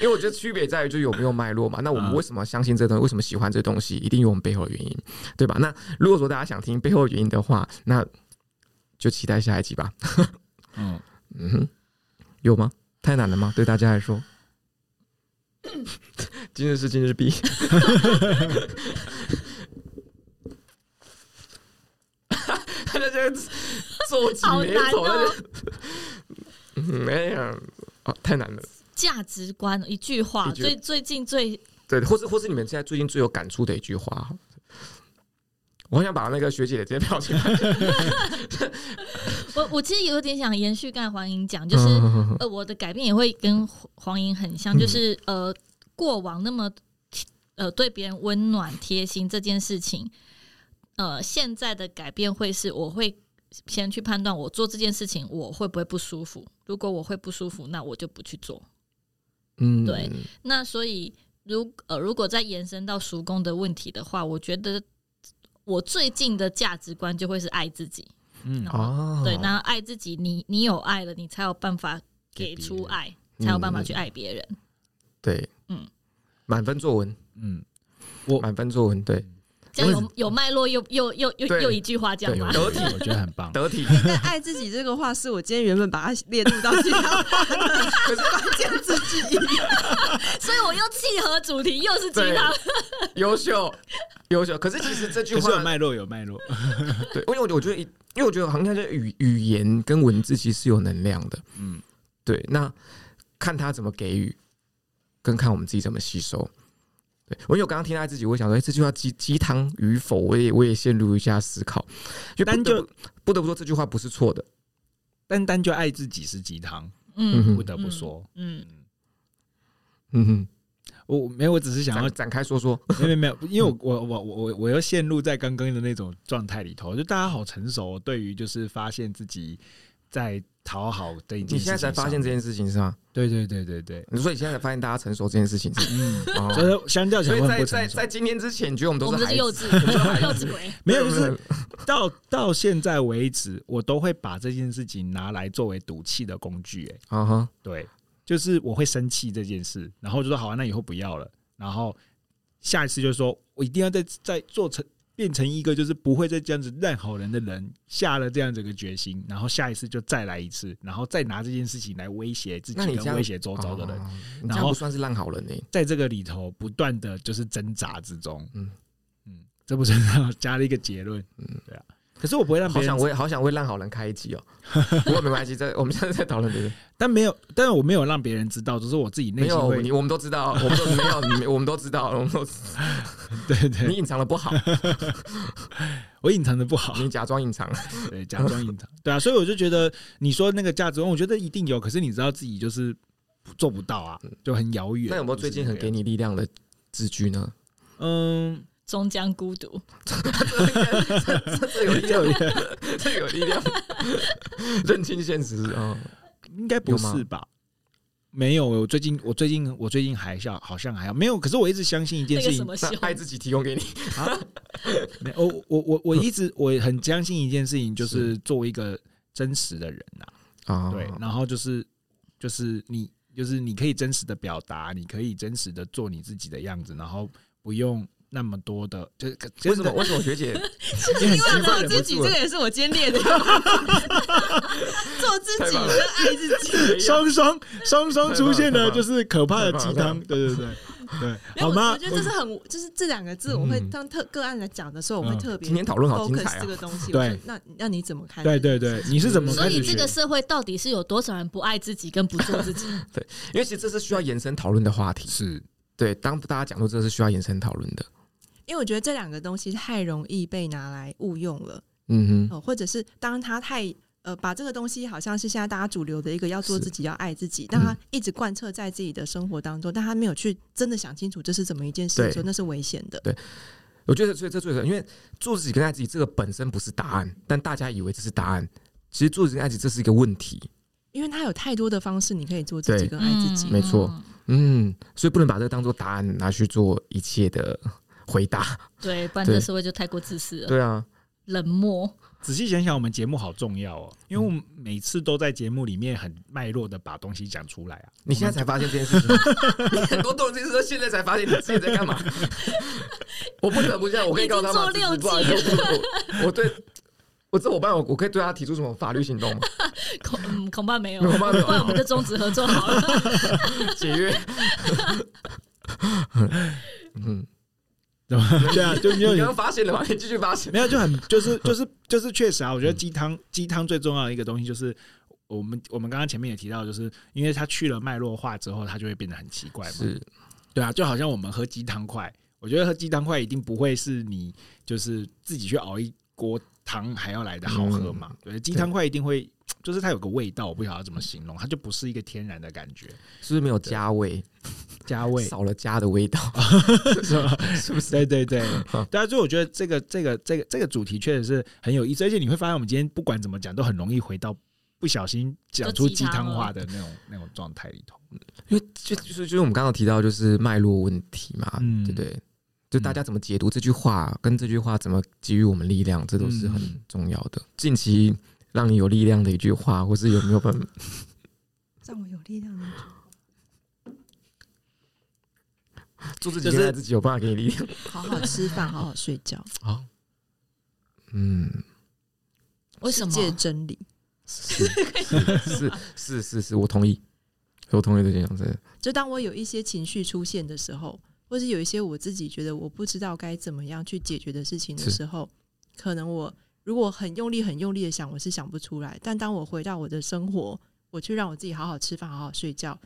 Speaker 2: 因为我觉得区别在于就有没有脉络嘛。那我们
Speaker 4: 嗯
Speaker 2: 为什么相信这东西？为什么喜欢这东西？一定有我们背后的原因，对吧？那如果说大家想听背后的原因的话，那就期待下一集吧。
Speaker 4: 嗯，
Speaker 2: 嗯哼，有吗？太难了吗？对大家来 [LAUGHS] 说，今日是今日毕。大家现在皱紧
Speaker 5: 好
Speaker 2: 眉
Speaker 5: 难
Speaker 2: 头，
Speaker 5: 哦
Speaker 2: [LAUGHS] 大家嗯没有啊，太难了。
Speaker 5: 价值观一句话，
Speaker 2: 一句
Speaker 5: 最最近最
Speaker 2: 对，或是或是你们现在最近最有感触的一句话。我很想把那个学姐的这些表情，
Speaker 5: 我我其实有点想延续刚才黄英讲，就是、
Speaker 2: 嗯
Speaker 5: 呃，我的改变也会跟黄黄莹很像，就是、呃，过往那么呃对别人温暖贴心这件事情，呃，现在的改变会是我会先去判断我做这件事情我会不会不舒服，如果我会不舒服，那我就不去做。
Speaker 2: 嗯
Speaker 5: 对，那所以，如呃，如果再延伸到叔公的问题的话，我觉得我最近的价值观就会是爱自己。
Speaker 4: 嗯
Speaker 5: 然后
Speaker 2: 哦，
Speaker 5: 对，那爱自己，你你有爱了，你才有办法
Speaker 4: 给
Speaker 5: 给
Speaker 4: 别
Speaker 5: 出
Speaker 4: 人
Speaker 5: 爱，才有办法去
Speaker 2: 嗯
Speaker 5: 爱别人。
Speaker 2: 对，嗯
Speaker 5: 嗯，
Speaker 2: 满分作文，
Speaker 4: 嗯，
Speaker 2: 满分作文，对，
Speaker 5: 这样
Speaker 2: 我
Speaker 5: 有有脉络，又又又又
Speaker 2: 对
Speaker 5: 又一句话讲
Speaker 2: 对
Speaker 5: 吗？
Speaker 2: 得体
Speaker 4: 我觉得很
Speaker 2: [LAUGHS]
Speaker 4: 棒，
Speaker 2: 得体。
Speaker 3: 但 [LAUGHS] 爱自己这个话是我今天原本把它列入到其
Speaker 2: [LAUGHS]
Speaker 3: 他
Speaker 2: 可是
Speaker 3: 关键字之一。
Speaker 5: 所以我又契合主题，又是鸡
Speaker 2: 对
Speaker 5: 汤。
Speaker 2: 优秀，优秀。可是其实这句
Speaker 4: 可是有
Speaker 2: 话，
Speaker 4: 脉络，有脉络，
Speaker 2: 对，因为我觉得，因为我觉得好像这语语言跟文字其实是有能量的。
Speaker 4: 嗯
Speaker 2: 对，那看他怎么给予，跟看我们自己怎么吸收。对我因为我刚刚听他自己，我想说，哎、这句话鸡鸡汤与否，我也我也陷入一下思考。就不
Speaker 4: 但
Speaker 2: 得
Speaker 4: 就
Speaker 2: 不不得不说，这句话不是错的。
Speaker 4: 单单就爱自己是鸡汤，
Speaker 2: 嗯
Speaker 5: 嗯
Speaker 2: 哼
Speaker 4: 不得不说，
Speaker 5: 嗯，
Speaker 2: 嗯哼，
Speaker 4: 我没有，我只是想
Speaker 2: 展
Speaker 4: 要
Speaker 2: 展开说说，
Speaker 4: [LAUGHS] 没有没有，因为我我我我我又陷入在刚刚的那种状态里头，就大家好成熟，哦对于就是发现自己在讨好这一件
Speaker 2: 你
Speaker 4: 事情
Speaker 2: 现在才发现这件
Speaker 4: 上，
Speaker 2: 事情是吗？
Speaker 4: 对对对对对，
Speaker 2: 你说你现在才发现大家成熟这件事情是吗
Speaker 4: 嗯，
Speaker 2: 哦
Speaker 4: [LAUGHS] 所以相较起
Speaker 2: 所
Speaker 4: 来
Speaker 2: 以在
Speaker 4: 会不
Speaker 2: 在
Speaker 4: 成熟
Speaker 2: 在，今天之前，你觉得我们
Speaker 5: 我
Speaker 2: [LAUGHS] 都
Speaker 5: 们都是
Speaker 2: 是孩
Speaker 5: 幼
Speaker 2: 子？
Speaker 5: 稚
Speaker 2: 是孩，子
Speaker 5: 幼稚鬼。
Speaker 4: 没有就是到到现在为止，我都会把这件事情拿来作为赌气的工具、哎，
Speaker 2: 啊哈，
Speaker 4: 对，就是我会生气这件事，然后就说好、啊，那以后不要了，然后下一次就说我哦一定要再再做成。变成一个就是不会再这样子烂好人的人，下了这样子一个决心，然后下一次就再来一次，然后再拿这件事情来威胁自己，
Speaker 2: 那你这
Speaker 4: 跟
Speaker 2: 样
Speaker 4: 威胁周遭的人，
Speaker 2: 哦，你这
Speaker 4: 然
Speaker 2: 样
Speaker 4: 后
Speaker 2: 不算是烂好人呢、欸
Speaker 4: 在这个里头不断的就是挣扎之中，
Speaker 2: 嗯
Speaker 4: 嗯嗯，这不是加了一个结论，可是我不会让
Speaker 2: 好
Speaker 4: 别人
Speaker 2: 想为好想为烂好人开一集 [LAUGHS] 哦，不过没关系，这我们现在在讨论 [LAUGHS] 别人，
Speaker 4: 但没有，但是我没有让别人知道，只是我自己内
Speaker 2: 没
Speaker 4: 心
Speaker 2: 有
Speaker 4: 会
Speaker 2: 你，我们都知道，我们都没有，你我们都知道，我们都知 [LAUGHS]
Speaker 4: 对
Speaker 2: 你
Speaker 4: 对，
Speaker 2: 隐藏的不好，
Speaker 4: 我隐藏的不好，
Speaker 2: 你假装隐藏，
Speaker 4: 对，假装隐藏，对啊，所以我就觉得你说那个价值观，我觉得一定有，可是你知道自己就是做不到啊，就很遥远。
Speaker 2: 嗯那有没有最近很给
Speaker 4: 你？
Speaker 2: 你力量的字句呢？
Speaker 4: 嗯，
Speaker 5: 终将孤独。
Speaker 2: [LAUGHS] 这 [LAUGHS] 这有力量，这有力量，认清现实 [LAUGHS] 啊！
Speaker 4: 应该不
Speaker 2: 有吗
Speaker 4: 是吧？没有，我最近我最近我最近还像好像还好没有，可是我一直相信一件
Speaker 5: 那
Speaker 4: 事
Speaker 5: 个
Speaker 4: 情啊
Speaker 5: 什，么熊
Speaker 2: 那，爱自己提供给你，
Speaker 4: 没我我我我一直我很相信一件事情，就是作为一个真实的人呐、
Speaker 2: 啊
Speaker 4: 对，然后就是就是你就是你可以真实的表达，你可以真实的做你自己的样子，然后不用那么多的，就是
Speaker 2: 为
Speaker 4: 真
Speaker 2: 什
Speaker 4: 的
Speaker 2: 么？为什么学 [LAUGHS] 姐？
Speaker 4: 因
Speaker 2: 很
Speaker 4: 为
Speaker 2: 奇怪
Speaker 1: 做自己，这个也是我今天列的。做自己
Speaker 2: 太棒了
Speaker 1: 跟爱自己，
Speaker 4: 双双双双 [LAUGHS] 出现
Speaker 2: 太棒
Speaker 4: 了，
Speaker 2: 了
Speaker 4: 就是可怕的
Speaker 2: 太棒了
Speaker 4: 鸡汤，对对对对，
Speaker 3: 没有
Speaker 4: 好
Speaker 3: 我
Speaker 4: 吗
Speaker 3: 我？觉得这是很，就是这两个字，我会当特个案来讲的时候，我会
Speaker 4: 嗯
Speaker 3: 特
Speaker 2: [LAUGHS] 嗯
Speaker 3: 别
Speaker 2: 今天讨论好精
Speaker 3: focus
Speaker 2: 彩
Speaker 3: 这
Speaker 2: 啊！
Speaker 3: 个东西。
Speaker 4: 对
Speaker 3: 我说，那那你怎么看？
Speaker 4: 对对对，你是怎么
Speaker 5: 所
Speaker 4: 开
Speaker 5: 以
Speaker 4: 始
Speaker 5: 这
Speaker 4: 学
Speaker 5: 个？社会到底是有多少人不爱自己跟不做自 [LAUGHS] 己？
Speaker 2: 因为其实这是需要延伸讨论的话题。
Speaker 4: 是
Speaker 2: 对，当大家讲说这是需要延伸讨论的。
Speaker 3: 因为我觉得这两个东西太容易被拿来误用了，
Speaker 2: 嗯哼，
Speaker 3: 呃，或者是当他太呃把这个东西好像是现在大家主流的一个要做
Speaker 2: 是嗯
Speaker 3: 自己、要爱自己，但他一直贯彻在自己的生活当中，但他没有去真的想清楚这是怎么一件事的时候，
Speaker 2: 对
Speaker 3: 那是危险的。
Speaker 2: 我觉得所以这最因为做自己跟爱自己这个本身不是答案，但大家以为这是答案。其实做自己跟爱自己这是一个问题。
Speaker 3: 因为他有太多的方式，你可以做自己
Speaker 2: 对
Speaker 3: 跟爱自己。
Speaker 2: 没错嗯，所以不能把这个当做答案拿去做一切的回答。
Speaker 5: 对，不然这
Speaker 2: 对
Speaker 5: 社会就太过自私了，
Speaker 2: 对啊，
Speaker 5: 冷漠。
Speaker 4: 仔细想想，我们节目好重要哦，因为我们每次都在节目里面很脉络的把东西讲出来啊。
Speaker 2: 你现在才发现这件事情，你 [LAUGHS] 很多动人这件事，现在才发现你自己在 [LAUGHS] 干嘛。我不得不这样，我可以告诉他们，
Speaker 5: 已经做
Speaker 2: 不好意思，我 [LAUGHS] 我我对我这伙伴，我我可以对他提出什么法律行 [LAUGHS] 动吗？
Speaker 5: 恐嗯恐怕没有，
Speaker 2: 恐怕没有嗯
Speaker 5: 不然我们就终止合作好
Speaker 2: [LAUGHS]
Speaker 5: 了。
Speaker 2: 解约？嗯，
Speaker 4: 对吧 [LAUGHS] 对啊，就
Speaker 2: 你
Speaker 4: 没
Speaker 2: 刚
Speaker 4: 有
Speaker 2: 刚发现了吗？你继续发现。
Speaker 4: [LAUGHS] 没有就很就是就是就是确实啊，我觉得鸡汤鸡汤最重要的一个东西就是。我们我们刚刚前面也提到，就是因为它去了脉络化之后，它就会变得很奇怪嘛。
Speaker 2: 是，
Speaker 4: 对啊，就好像我们喝鸡汤块，我觉得喝鸡汤块一定不会是你就是自己去熬一锅汤还要来的好喝嘛。对，鸡汤块一定会，就是它有个味道，我不晓得怎么形容，它就不是一个天然的感觉，
Speaker 2: 是不是没有加味，
Speaker 4: 加味
Speaker 2: 少了家的味道？
Speaker 4: 是吧？是不是？对对对，对啊，所以我觉得这个这个这个这个主题确实是很有意思，而且你会发现我们今天不管怎么讲，都很容易回到不小心讲出
Speaker 5: 就鸡
Speaker 4: 鸡
Speaker 5: 汤
Speaker 4: 汤
Speaker 5: 了
Speaker 4: 话的那种那种状态里头。 [LAUGHS]
Speaker 2: 因为就就是就是我们刚刚有提到就是脉络问题嘛，
Speaker 4: 嗯
Speaker 2: 对不对？就大家怎么解读这句话，跟这句话怎么给予我们力量，这都是很
Speaker 4: 嗯
Speaker 2: 重要的。近期让你有力量的一句话，或是有没有办法？
Speaker 4: [LAUGHS]
Speaker 3: 让我有力量的一句话，
Speaker 2: 做自己
Speaker 4: 就是
Speaker 2: 跟爱自己有办法给你力量？
Speaker 3: 好好吃饭，好好睡觉，
Speaker 2: 好，嗯，
Speaker 5: 为什么
Speaker 3: 世界真理。
Speaker 2: 是是是是是，我同意，我同意这件事情。
Speaker 3: 就当我有一些情绪出现的时候，或是有一些我自己觉得我不知道该怎么样去解决的事情的
Speaker 2: 是
Speaker 3: 时候，可能我如果很用力、很用力的想，我是想不出来。但当我回到我的生活，我去让我自己好好吃饭、好好睡觉，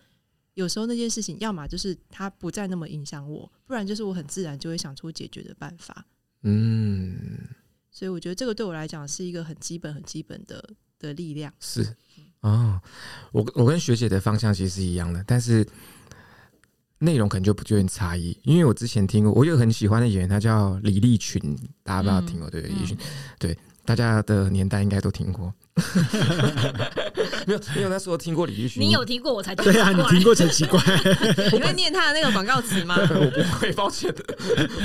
Speaker 3: 有时候那件事情，要么就是它不再那么影响我，不然就是我很自然就会想出解决的办法。
Speaker 2: 嗯，
Speaker 3: 所以我觉得这个对我来讲是一个很基本、很基本的的力
Speaker 4: [LAUGHS]
Speaker 3: 量。
Speaker 2: 是哦，我跟我跟学姐的方向其实是一样的，但是内容可能就不就有点差异。因为我之前听过，我有很喜欢的演员，他叫李立群，大家不知道
Speaker 4: 嗯
Speaker 2: 听过、对？李立群，对大家的年代应该都听
Speaker 4: [LAUGHS]
Speaker 2: 过。没有，没有那时候听过李立群，
Speaker 5: 你有听过我才觉得
Speaker 4: 对啊，你
Speaker 5: 怪
Speaker 4: 听过才奇怪。
Speaker 3: 你会念他的那个广告
Speaker 4: [LAUGHS]
Speaker 3: 词吗？
Speaker 2: 我不会，抱歉的。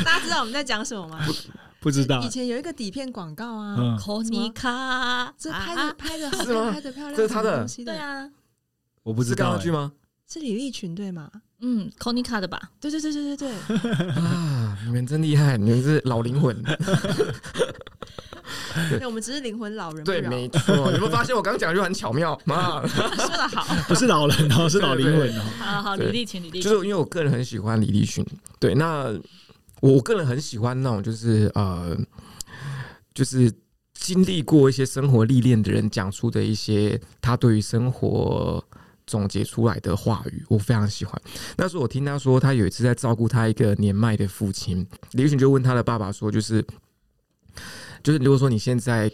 Speaker 3: 大家知道我们在讲什么吗？
Speaker 4: 不知道
Speaker 3: 以，前有一个底片广告啊，
Speaker 4: 嗯，
Speaker 5: 口尼卡，
Speaker 3: 这拍的
Speaker 5: 啊
Speaker 3: 拍的
Speaker 2: [LAUGHS]
Speaker 3: 好
Speaker 2: 是吗
Speaker 3: 看，拍的漂亮，
Speaker 2: 这是他的
Speaker 3: 什么东西
Speaker 5: 对，啊，
Speaker 4: 我不知
Speaker 2: 是
Speaker 4: 道
Speaker 2: 刚
Speaker 4: 欸
Speaker 2: 刚剧吗？ [LAUGHS]
Speaker 3: 是李立群对吗？
Speaker 5: 嗯，口尼卡的 [LAUGHS] 吧？
Speaker 3: 对对对对对对，
Speaker 2: 啊，你们真厉害，你们是老灵魂。
Speaker 3: 那我们只是灵魂老人，
Speaker 2: 对，
Speaker 3: 不
Speaker 2: 没错。你们发现我刚刚讲的就很巧妙吗？
Speaker 3: 扰说的好，
Speaker 4: 不是老人哦，是老灵
Speaker 2: 对
Speaker 4: 魂哦。
Speaker 5: 好好，
Speaker 2: 对
Speaker 5: 李立群，李立
Speaker 2: 就
Speaker 5: 群
Speaker 2: 是，因为我个人很喜欢李立群，对，那我我个人很喜欢那种就是呃，就是经历过一些生活历练的人讲出的一些他对于生活总结出来的话语，我非常喜欢。那时候我听他说，他有一次在照顾他一个年迈的父亲，李玉群就问他的爸爸说，就是就是如果说你现在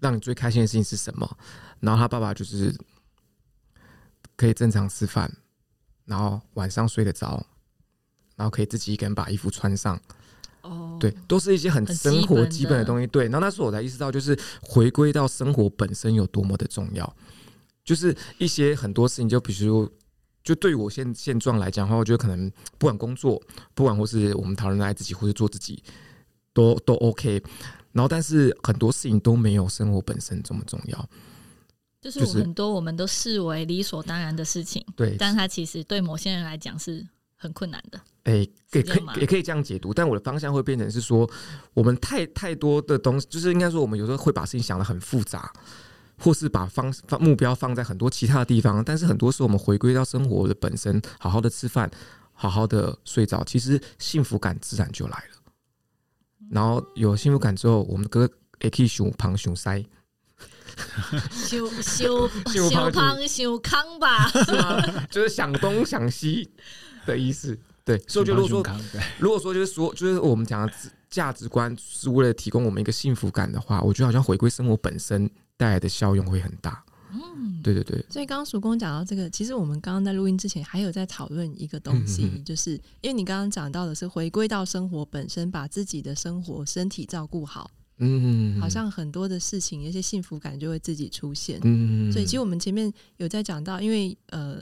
Speaker 2: 让你最开心的事情是什么？然后他爸爸就是可以正常吃饭，然后晚上睡得着，然后可以自己一个人把衣服穿上。
Speaker 5: 哦，
Speaker 2: 对，都是一些很
Speaker 5: 很
Speaker 2: 生
Speaker 5: 基
Speaker 2: 活
Speaker 5: 本
Speaker 2: 基本的
Speaker 5: 的
Speaker 2: 东西。对，然后那时候我才意识到，就是回归到生活本身有多么的重要。就是一些很多事情，就比如，就对于我现现状来讲的话，我觉得可能不管工作，不管或是我们讨论爱自己，或是做自己，都都 OK。然后，但是很多事情都没有生活本身这么重要。
Speaker 5: 就是
Speaker 2: 就
Speaker 5: 我
Speaker 2: 是
Speaker 5: 很多我们都视为理所当然的事情，
Speaker 2: 对，
Speaker 5: 但它其实对某些人来讲是很困难的。
Speaker 2: 诶、
Speaker 5: 这
Speaker 2: 也可
Speaker 5: 样
Speaker 2: 以
Speaker 5: 吗
Speaker 2: 也可以这样解读，但我的方向会变成是说，我们太太多的东西，就是应该说我们有时候会把事情想得很复杂，或是把方方目标放在很多其他的地方，但是很多时候我们回归到生活的本身，好好的吃饭，好好的睡着，其实幸福感自然就来了。然后有幸福感之后，我们哥也可以熊旁熊塞， [LAUGHS]
Speaker 5: 修修
Speaker 2: 修
Speaker 5: 修
Speaker 2: 胖
Speaker 5: 胖修康吧，
Speaker 2: 是吗？就是想东想西的意思。对，所以我觉得如果
Speaker 4: 胸
Speaker 2: 说
Speaker 4: 康胸康
Speaker 2: 如果说就是说就是我们讲的自价值观是为了提供我们一个幸福感的话，我觉得好像回归生活本身带来的效用会很大。
Speaker 5: 嗯，
Speaker 2: 对对对，
Speaker 3: 所以刚刚曙光讲到这个，其实我们刚刚在录音之前还有在讨论一个东西，
Speaker 2: 嗯嗯嗯
Speaker 3: 就是因为你刚刚讲到的是回归到生活本身，把自己的生活身体照顾好，
Speaker 2: 嗯，
Speaker 3: 好像很多的事情，一些幸福感就会自己出现。
Speaker 2: 嗯，
Speaker 3: 所以其实
Speaker 2: 我
Speaker 3: 我们前面有在讲到，因为呃，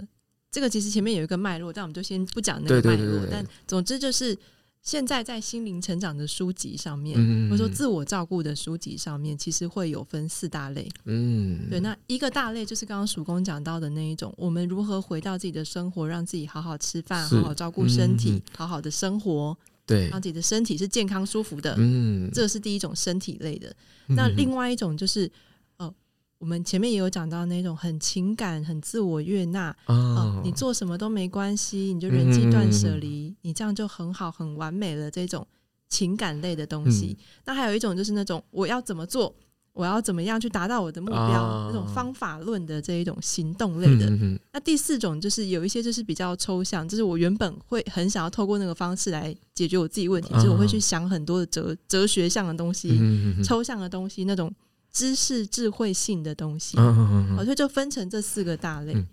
Speaker 3: 这个其实前面有一个脉络，但我们就先不讲那
Speaker 2: 对
Speaker 3: 个
Speaker 2: 对
Speaker 3: 脉
Speaker 2: 对
Speaker 3: 络
Speaker 2: 对。对
Speaker 3: 但总之就是现在在心灵成长的书籍上面，
Speaker 2: 嗯
Speaker 3: 或者说自我照顾的书籍上面，其实会有分四大类。
Speaker 2: 嗯
Speaker 3: 对，那一个大类就是刚刚曙公讲到的那一种，我们如何回到自己的生活，让自己好好吃饭，
Speaker 2: 是
Speaker 3: 好好照顾身体，
Speaker 2: 嗯
Speaker 3: 好好的生活，
Speaker 2: 对
Speaker 3: 让，自己的身体是健康舒服的。
Speaker 2: 嗯，
Speaker 3: 这是第一种身体类的。那另外一种就是，呃，我们前面也有讲到那种很情感、很自我悦纳，
Speaker 2: 啊
Speaker 3: 哦，你做什么都没关系，你就人际断舍离，
Speaker 2: 嗯
Speaker 3: 你这样就很好、很完美了。这种情感类的东西，
Speaker 2: 嗯
Speaker 3: 那还有一种就是那种我要怎么做，我要怎么样去达到我的目标，
Speaker 2: 啊
Speaker 3: 那种方法论的这一种行动类的。
Speaker 2: 嗯
Speaker 3: 那第四种就是有一些就是比较抽象，就是我原本会很想要透过那个方式来解决我自己问题，
Speaker 2: 啊
Speaker 3: 就是我会去想很多的哲哲学上的东西、
Speaker 2: 嗯
Speaker 3: 抽象的东西、那种知识智慧性的东西。
Speaker 2: 嗯
Speaker 3: 哦，所以就分成这四个大类。
Speaker 2: 嗯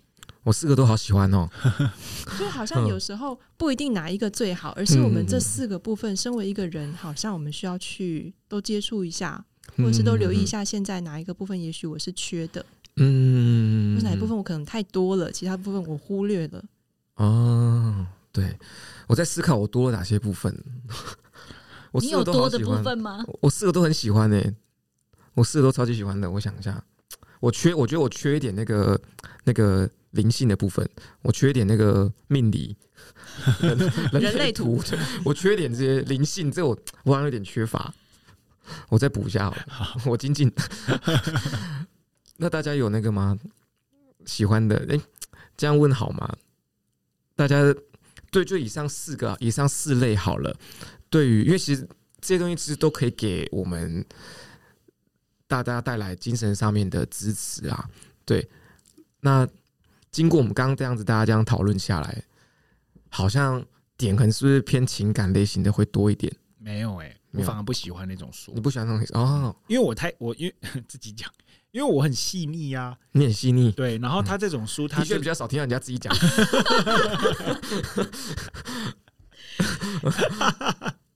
Speaker 2: 我四个都好喜欢哦，
Speaker 3: 就好像
Speaker 2: 嗯
Speaker 3: 有时候不一定哪一个最好，而是我们这四个部分，身为一个人，好像我们需要去都接触一下，或者是都留意一，下，现在哪一个部分也许我是缺的，
Speaker 2: 嗯，嗯
Speaker 3: 或者哪一部分我可能太多了，其他部分我忽略了。
Speaker 2: 哦，对，我在思考我多了哪些部分， [LAUGHS] 我
Speaker 5: 你
Speaker 2: 四
Speaker 5: 有
Speaker 2: 个都好
Speaker 5: 多的
Speaker 2: 喜
Speaker 5: 部
Speaker 2: 欢。
Speaker 5: 分吗？
Speaker 2: 我我四个都很喜欢呢、欸我四个都超级喜欢的。我想一下，我缺，我觉得我缺一点那个那个灵性的部分，我缺一点那个命
Speaker 3: [LAUGHS]
Speaker 2: 理人
Speaker 3: 人类图
Speaker 2: 图，对 [LAUGHS] 我缺一点这些灵性，这我我好像有点缺乏，我再补一下好了，我精
Speaker 3: [LAUGHS]
Speaker 2: 进。那大家有那个吗？喜欢的，哎、这样问好吗？大家对，就以上四个，以上四类好了。对于，因为其实这些东西其实都可以给我们大家带来精神上面的支持啊。对，那经过我们刚刚这样子大家这样讨论下来，好像点可能是不是偏情感类型的会多一点？
Speaker 4: 没有哎、
Speaker 2: 没
Speaker 4: 我
Speaker 2: 有
Speaker 4: 反而不喜欢那种书
Speaker 2: 你，不喜欢那种类型哦？
Speaker 4: 因为我太我因为 [LAUGHS] 自己讲，因为我很细腻啊。
Speaker 2: 你很细腻，
Speaker 4: 对，然后他这种书，他
Speaker 2: 的确
Speaker 4: 就
Speaker 2: 比较少听到人家自己讲。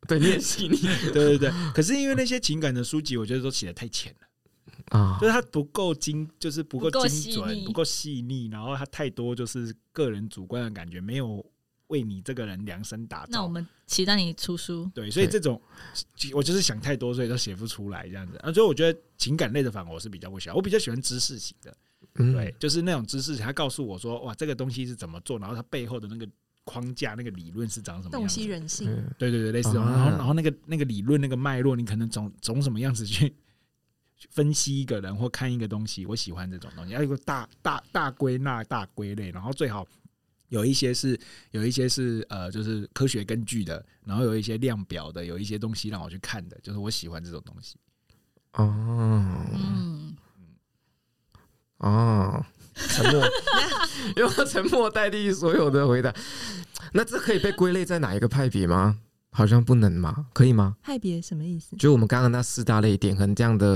Speaker 2: 对，你很细腻
Speaker 4: 对 [LAUGHS] 对对。可是因为那些情感的书籍，我觉得都写的太浅了，
Speaker 2: 啊
Speaker 4: 就是它不够精，就是不
Speaker 5: 不够
Speaker 4: 够精
Speaker 5: 细
Speaker 4: 准，
Speaker 5: 腻
Speaker 4: 不够细腻，然后它太多就是个人主观的感觉，没有为你这个人量身打
Speaker 5: 那我
Speaker 4: 造。
Speaker 5: 们期待你出书。
Speaker 4: 对，所以
Speaker 2: 对
Speaker 4: 这种我就是想太多，所以都写不出来这样子。啊，所以我觉得情感类的反而我是比较不喜欢，我比较喜欢知识型的。
Speaker 2: 嗯
Speaker 4: 对，就是那种知识，他告诉我说，哇，这个东西是怎么做，然后它背后的那个框架、那个理论是长什么
Speaker 3: 洞
Speaker 4: 样子
Speaker 3: 悉。人性，
Speaker 2: 嗯
Speaker 4: 对对对，类似这种。
Speaker 2: 啊
Speaker 4: 然后，然后那个那个理论、那个脉络，你可能总总什么样子去 [LAUGHS] 去分析一个人或看一个东西。我喜欢这种东西，要哎有个大大大归纳、大归类，然后最好。有一些是有一些是呃，就是科学根据的，然后有一些量表的，有一些东西让我去看的，就是我喜欢这种东西。
Speaker 2: 哦
Speaker 5: 嗯，
Speaker 2: 哦，沉默，因为我沉默代替所有的回答。那这可以被归类在哪一个派别吗？好像不能嘛，可以吗？
Speaker 3: 派别什么意思？
Speaker 2: 就我们刚刚那四大类点，可能这样的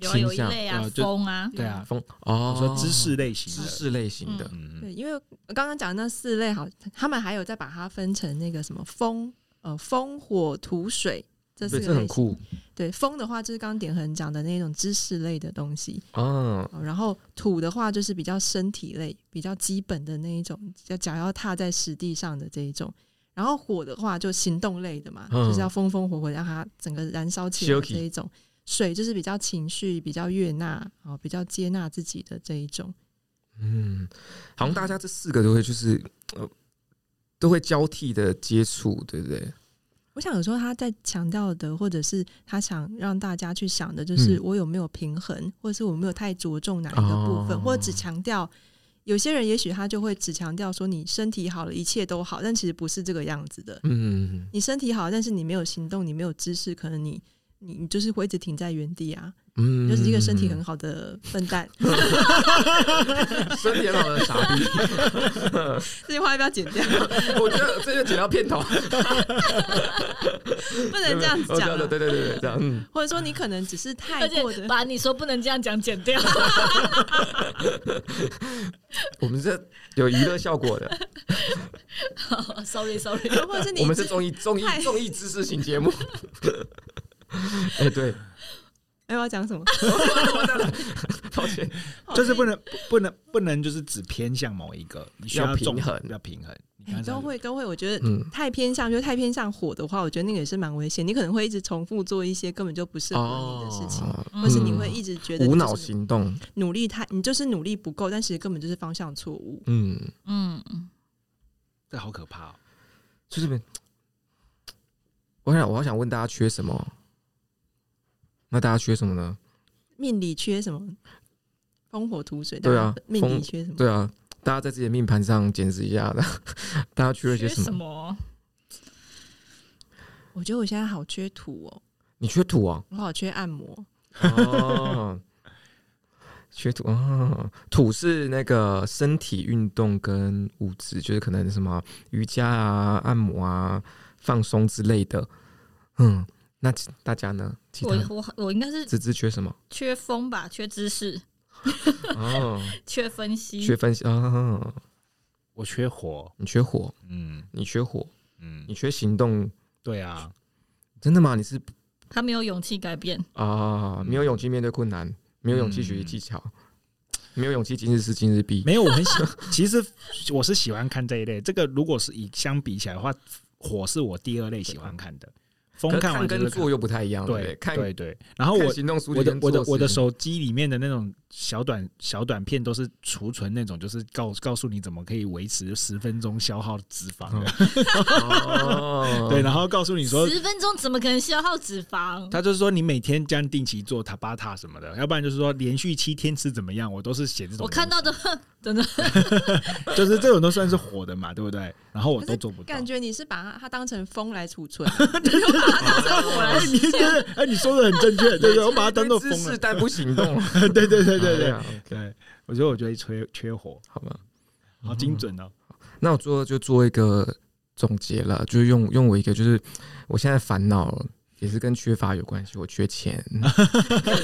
Speaker 5: 有啊有
Speaker 2: 倾
Speaker 5: 一
Speaker 2: 向
Speaker 5: 类啊
Speaker 4: 呃，就
Speaker 5: 风啊，
Speaker 4: [LAUGHS] 对啊，
Speaker 2: 风
Speaker 4: 我
Speaker 2: 哦，
Speaker 4: 说知识类型
Speaker 2: 知
Speaker 4: 的，
Speaker 3: 呃
Speaker 2: 识类型的，
Speaker 4: 嗯，
Speaker 3: 对，因为我刚刚讲的那四类好，他们还有再把它分成那个什么风，呃，风火土水这四
Speaker 2: 对，
Speaker 3: 个
Speaker 2: 这
Speaker 3: 类
Speaker 2: 很
Speaker 3: 型。
Speaker 2: 酷。
Speaker 3: 对，风的话就是刚刚点恒讲的那种知识类的东西，
Speaker 2: 嗯，
Speaker 3: 哦然后土的话就是比较身体类、比较基本的那一种，脚脚要踏在实地上的这一种。然后火的话就行动类的嘛，
Speaker 2: 嗯
Speaker 3: 就是要风风火火让它整个燃烧起来
Speaker 2: Silky
Speaker 3: 这一种。水就是比较情绪、比较悦纳啊、哦比较接纳自己的这一种。
Speaker 2: 嗯，好像大家这四个都会就是呃，都会交替的接触，对不对？
Speaker 3: 我想有时候他在强调的，或者是他想让大家去想的，就是
Speaker 2: 嗯
Speaker 3: 我有没有平衡，或者是我没有太着重哪一个部分，
Speaker 2: 哦
Speaker 3: 或者只强调。有些人也许他就会只强调说你身体好了，一切都好，但其实不是这个样子的。
Speaker 2: 嗯
Speaker 3: 你身体好，但是你没有行动，你没有知识，可能你你你就是会一直停在原地啊，
Speaker 2: 嗯，
Speaker 3: 就是一个身体很好的笨蛋。
Speaker 2: [LAUGHS]
Speaker 3: [LAUGHS]
Speaker 2: 身体很好的傻逼。
Speaker 3: 这句话要不要剪掉？ [LAUGHS]
Speaker 2: 我觉得这就剪到片头，
Speaker 3: 不能这样子
Speaker 2: 对
Speaker 3: 讲、啊
Speaker 2: 对。对对对，这样。嗯
Speaker 3: 或者说你可能只是太
Speaker 5: 而且
Speaker 3: 过的
Speaker 5: 把你说不能这样讲剪 [LAUGHS] 掉。
Speaker 2: 我们这有娱乐效果
Speaker 3: [LAUGHS]
Speaker 2: 的，
Speaker 5: sorry sorry，
Speaker 3: 或者是你
Speaker 2: 我们是
Speaker 3: 自
Speaker 2: 综艺综艺
Speaker 3: 太
Speaker 2: 综艺知识型节目。 [LAUGHS] 哎，对，
Speaker 3: 哎，我要讲
Speaker 2: [LAUGHS]
Speaker 3: 什么？
Speaker 2: 抱歉，
Speaker 4: 就是不能不不能不能就是只偏向某一个，你需
Speaker 2: 要
Speaker 4: 重
Speaker 2: 平衡
Speaker 4: 要平衡。你
Speaker 3: 哎
Speaker 4: 刚才
Speaker 3: 都会都会，我觉得
Speaker 2: 嗯，
Speaker 3: 太偏向，就是太偏向火的话，我觉得那个也是蛮危险。你可能会一直重复做一些根本就不适合你的事情，
Speaker 2: 哦
Speaker 3: 或是你会一直觉得
Speaker 2: 无
Speaker 3: 你
Speaker 2: 脑
Speaker 3: 就是
Speaker 2: 行动，
Speaker 3: 努力太，你就是努力不够，但其实根本就是方向错误。
Speaker 2: 嗯，
Speaker 5: 嗯嗯，
Speaker 4: 这好可怕哦！
Speaker 2: 就是没我想我好想问大家缺什么？那大家缺什么呢？
Speaker 3: 命里缺什么？风火土水，
Speaker 2: 对啊
Speaker 3: 大家命里
Speaker 2: 风
Speaker 3: 缺什么？
Speaker 2: 对啊，大家在自己的命盘上检视一下， [LAUGHS] 大家缺了些
Speaker 5: 缺
Speaker 2: 什
Speaker 5: 什
Speaker 2: 么？
Speaker 5: 么？
Speaker 3: 我觉得我现在好缺土哦，
Speaker 2: 你缺土啊？
Speaker 3: 我好缺按摩，
Speaker 2: 哦， [LAUGHS] 学土哦，土是那个身体运动跟物质，就是可能什么瑜伽啊、按摩啊、放松之类的。嗯，那其大家呢？其
Speaker 5: 我
Speaker 2: 他
Speaker 5: 我我应该是
Speaker 2: 只知缺什么？
Speaker 5: 缺风吧，缺知识， [LAUGHS]
Speaker 2: 哦，
Speaker 5: 缺分析，
Speaker 2: 缺分析哦，
Speaker 4: 我缺火，
Speaker 2: 你缺火，
Speaker 4: 嗯
Speaker 2: 你缺火，
Speaker 4: 嗯
Speaker 2: 你，缺行动，
Speaker 4: 对啊，
Speaker 2: 真的吗？你是
Speaker 5: 他没有勇气改变。
Speaker 2: 啊、没有勇气面对困难，没有勇气学习技巧，没有勇气今日事今日毕。
Speaker 4: 没有，我很喜， [LAUGHS] 其实我是喜欢看这一类。这个如果是以相比起来的话，火是我第二类喜欢看的，
Speaker 2: 可
Speaker 4: 风
Speaker 2: 是
Speaker 4: 完
Speaker 2: 看
Speaker 4: 就
Speaker 2: 跟
Speaker 4: 是
Speaker 2: 做又不太一样，对不
Speaker 4: 对
Speaker 2: 看
Speaker 4: 对对。然后
Speaker 2: 看
Speaker 4: 我
Speaker 2: 行动书
Speaker 4: 我
Speaker 2: 籍
Speaker 4: 的
Speaker 2: 跟
Speaker 4: 我的
Speaker 2: 做
Speaker 4: 我的
Speaker 2: 事
Speaker 4: 手机里面的那种小短小短片都是储存那种，就是告告诉你怎么可以维持十分钟消耗脂肪的，
Speaker 2: 嗯哦，
Speaker 4: [LAUGHS] 对，然后告诉你说。
Speaker 5: 十分钟怎么可能消耗脂肪？
Speaker 4: 他就是说，你每天这样定期做塔巴塔什么的，要不然就是说连续七天吃怎么样，我都是写这种东
Speaker 5: 我
Speaker 4: 西。
Speaker 5: 看到的 [LAUGHS] 真的
Speaker 4: [LAUGHS] 就是这种都算是火的嘛，对不对？然后我都做不到
Speaker 3: 感。觉你是把它它当成风来
Speaker 2: [LAUGHS]
Speaker 3: 储 [LAUGHS] 存，啊你就把它当成火来
Speaker 4: 哎，你这个 [LAUGHS] 哎，你说的很正确，对对，我把它当做风
Speaker 2: 知识
Speaker 4: 了。
Speaker 2: 但不行动。
Speaker 4: [LAUGHS] 对对
Speaker 2: 哎
Speaker 4: 对对对
Speaker 2: 呀
Speaker 4: 对，我觉得我觉得缺缺火，
Speaker 2: 好吧，
Speaker 4: 好精准 [LAUGHS] 哦。
Speaker 2: 那我最后就做一个总结了，就是用用我一个，就是我现在烦恼了也是跟缺乏有关系，我缺钱， [LAUGHS]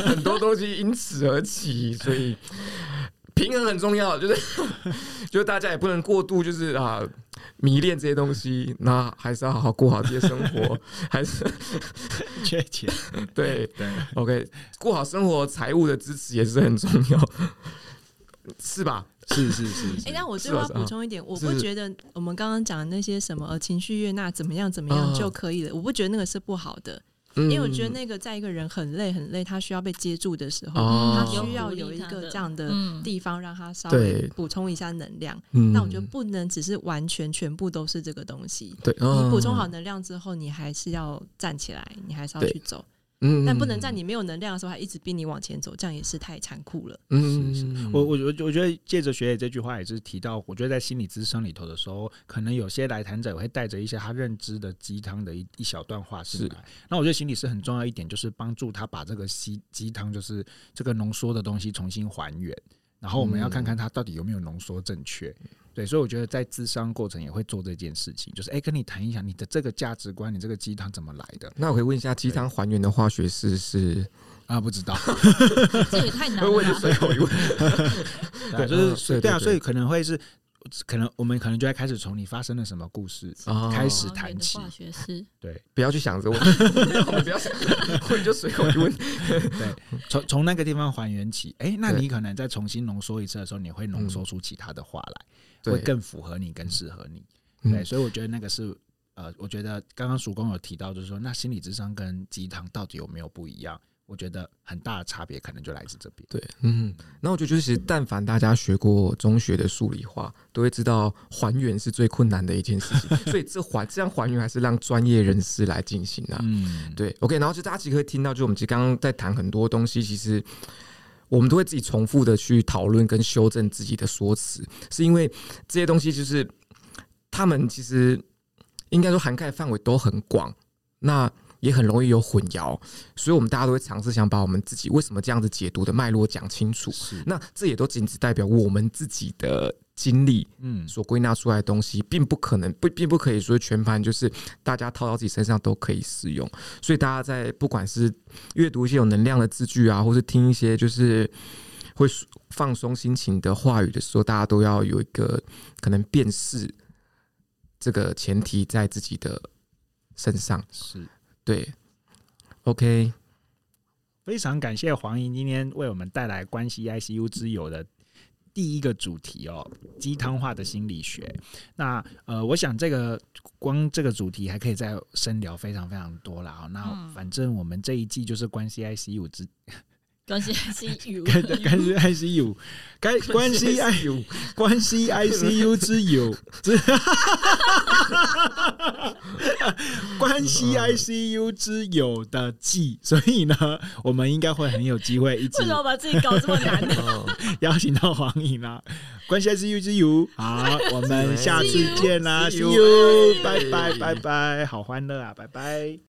Speaker 2: 很多东西因此而起，所以平衡很重要，就是就是大家也不能过度就是啊迷恋这些东西，那还是要好好过好自己的生活，还是
Speaker 4: 缺钱，
Speaker 2: 对
Speaker 4: 对
Speaker 2: OK，过好生活，财务的支持也是很重要，是吧？
Speaker 4: 是是是
Speaker 3: 哎、
Speaker 4: 是，
Speaker 3: 那我最
Speaker 2: 是
Speaker 3: 后
Speaker 2: 啊
Speaker 3: 要
Speaker 2: 是啊
Speaker 3: 补充一点，我
Speaker 2: 是
Speaker 3: 不
Speaker 2: 是
Speaker 3: 觉得我们刚刚讲的那些什么呃情绪悦纳怎么样怎么样
Speaker 2: 啊
Speaker 3: 就可以了，我不觉得那个是不好的，
Speaker 2: 因
Speaker 3: 因为我觉得那个在一个人很累很累，他需要被接住的时候，
Speaker 2: 嗯哦
Speaker 3: 他需要有一个这样的
Speaker 5: 嗯，
Speaker 3: 地方让他稍微
Speaker 2: 对，
Speaker 3: 补充一下能量。
Speaker 2: 嗯
Speaker 3: 但我觉得不能只是完全全部都是这个东西，
Speaker 2: 对，哦
Speaker 3: 你
Speaker 2: 你
Speaker 3: 补充好，能量之后，你还是要站起来，你还是要
Speaker 2: 对
Speaker 3: 去走。
Speaker 2: 嗯
Speaker 3: 但不能在你没有能量的时候还一直逼你往前走，这样也是太残酷了。
Speaker 2: 嗯，
Speaker 4: 是是
Speaker 2: 嗯
Speaker 4: 我我我我觉得借着学姐这句话，也是提到，我觉得在心理咨商里头的时候，可能有些来谈者也会带着一些他认知的鸡汤的一一小段话进来。那我觉得心理师很重要一点，就是帮助他把这个鸡鸡汤，就是这个浓缩的东西重新还原。然后我们要看看他到底有没有浓缩正确。对，所以我觉得在咨商过程也会做这件事情，就是哎，跟你谈一下你的这个价值观，你这个鸡汤怎么来的
Speaker 2: 那我可以问一下，鸡汤还原的化学式是？
Speaker 4: 啊？不知道。
Speaker 5: 这也太难
Speaker 2: 会
Speaker 5: 了
Speaker 2: 问就
Speaker 5: 吧。
Speaker 2: 随口
Speaker 4: [LAUGHS]
Speaker 2: 一问。
Speaker 4: 对，就
Speaker 2: 嗯
Speaker 4: 是所以
Speaker 2: 对
Speaker 4: 对啊，
Speaker 2: 对
Speaker 4: 所以可能会是，可能我们可能就会开始从你发生了什么故事
Speaker 2: 哦
Speaker 4: 开
Speaker 5: 好
Speaker 4: 始
Speaker 5: 远
Speaker 4: 谈
Speaker 5: 的
Speaker 4: 起，
Speaker 5: 化学是
Speaker 4: 对
Speaker 2: 不要去想着我， [LAUGHS] 我们不要想，我就随口一
Speaker 3: [LAUGHS]
Speaker 2: 问。
Speaker 4: 对，从从那个地方还原起，哎，那
Speaker 2: 对
Speaker 4: 你可能再重新浓缩一次的时候，你会浓缩出其他的话来，会
Speaker 2: 对，
Speaker 4: 更符合你，更适合你，
Speaker 2: 嗯
Speaker 4: 对，所以我觉得那个是。呃，我觉得刚刚曙光有提到，就是说，那心理智商跟鸡汤到底有没有不一样？我觉得很大的差别可能就来自这边。
Speaker 2: 对，嗯，那我觉得就是，其实但凡大家学过中学的数理化，都会知道还原是最困难的一件事情，所以这还这样还原还是让专业人士来进行啊。
Speaker 4: 嗯，
Speaker 2: 对，OK，然后就大家其实可以听到，就我们其实刚刚在谈很多东西，其实我们都会自己重复的去讨论跟修正自己的说辞，是因为这些东西就是他们其实应该说涵盖范围都很广，那也很容易有混淆，所以我们大家都会尝试想把我们自己为什么这样子解读的脉络讲清楚。
Speaker 4: 是，
Speaker 2: 那这也都仅只代表我们自己的经历，
Speaker 4: 嗯，
Speaker 2: 所归纳出来的东西，并不可能不并不可以说全盘就是大家套到自己身上都可以适用。所以大家在不管是阅读一些有能量的字句啊，或是听一些就是会舒放松心情的话语的时候，大家都要有一个可能辨识这个前提在自己的身上。
Speaker 4: 是。
Speaker 2: 对，OK，
Speaker 4: 非常感谢黄莹今天为我们带来关系 ICU 之友的第一个主题哦，鸡汤化的心理学。那呃，我想这个光这个主题还可以再深聊非常非常多啦、哦。那
Speaker 5: 嗯
Speaker 4: 反正我们这一季就是关系 ICU 之
Speaker 5: 关系是
Speaker 4: [LAUGHS]
Speaker 5: 有
Speaker 4: 关关系 ICU 关关系 I
Speaker 2: 有
Speaker 4: 关系 ICU 之友之关系 ICU 之友的季，所以呢，我们应该会很有机会一起
Speaker 5: 为什么把自己搞这么难？
Speaker 4: 邀请到黄颖啦。关系 ICU 之友，好，我们下次见啦
Speaker 2: See you
Speaker 4: ，See you，
Speaker 2: See you
Speaker 4: 拜拜拜拜，好欢乐啊，拜拜。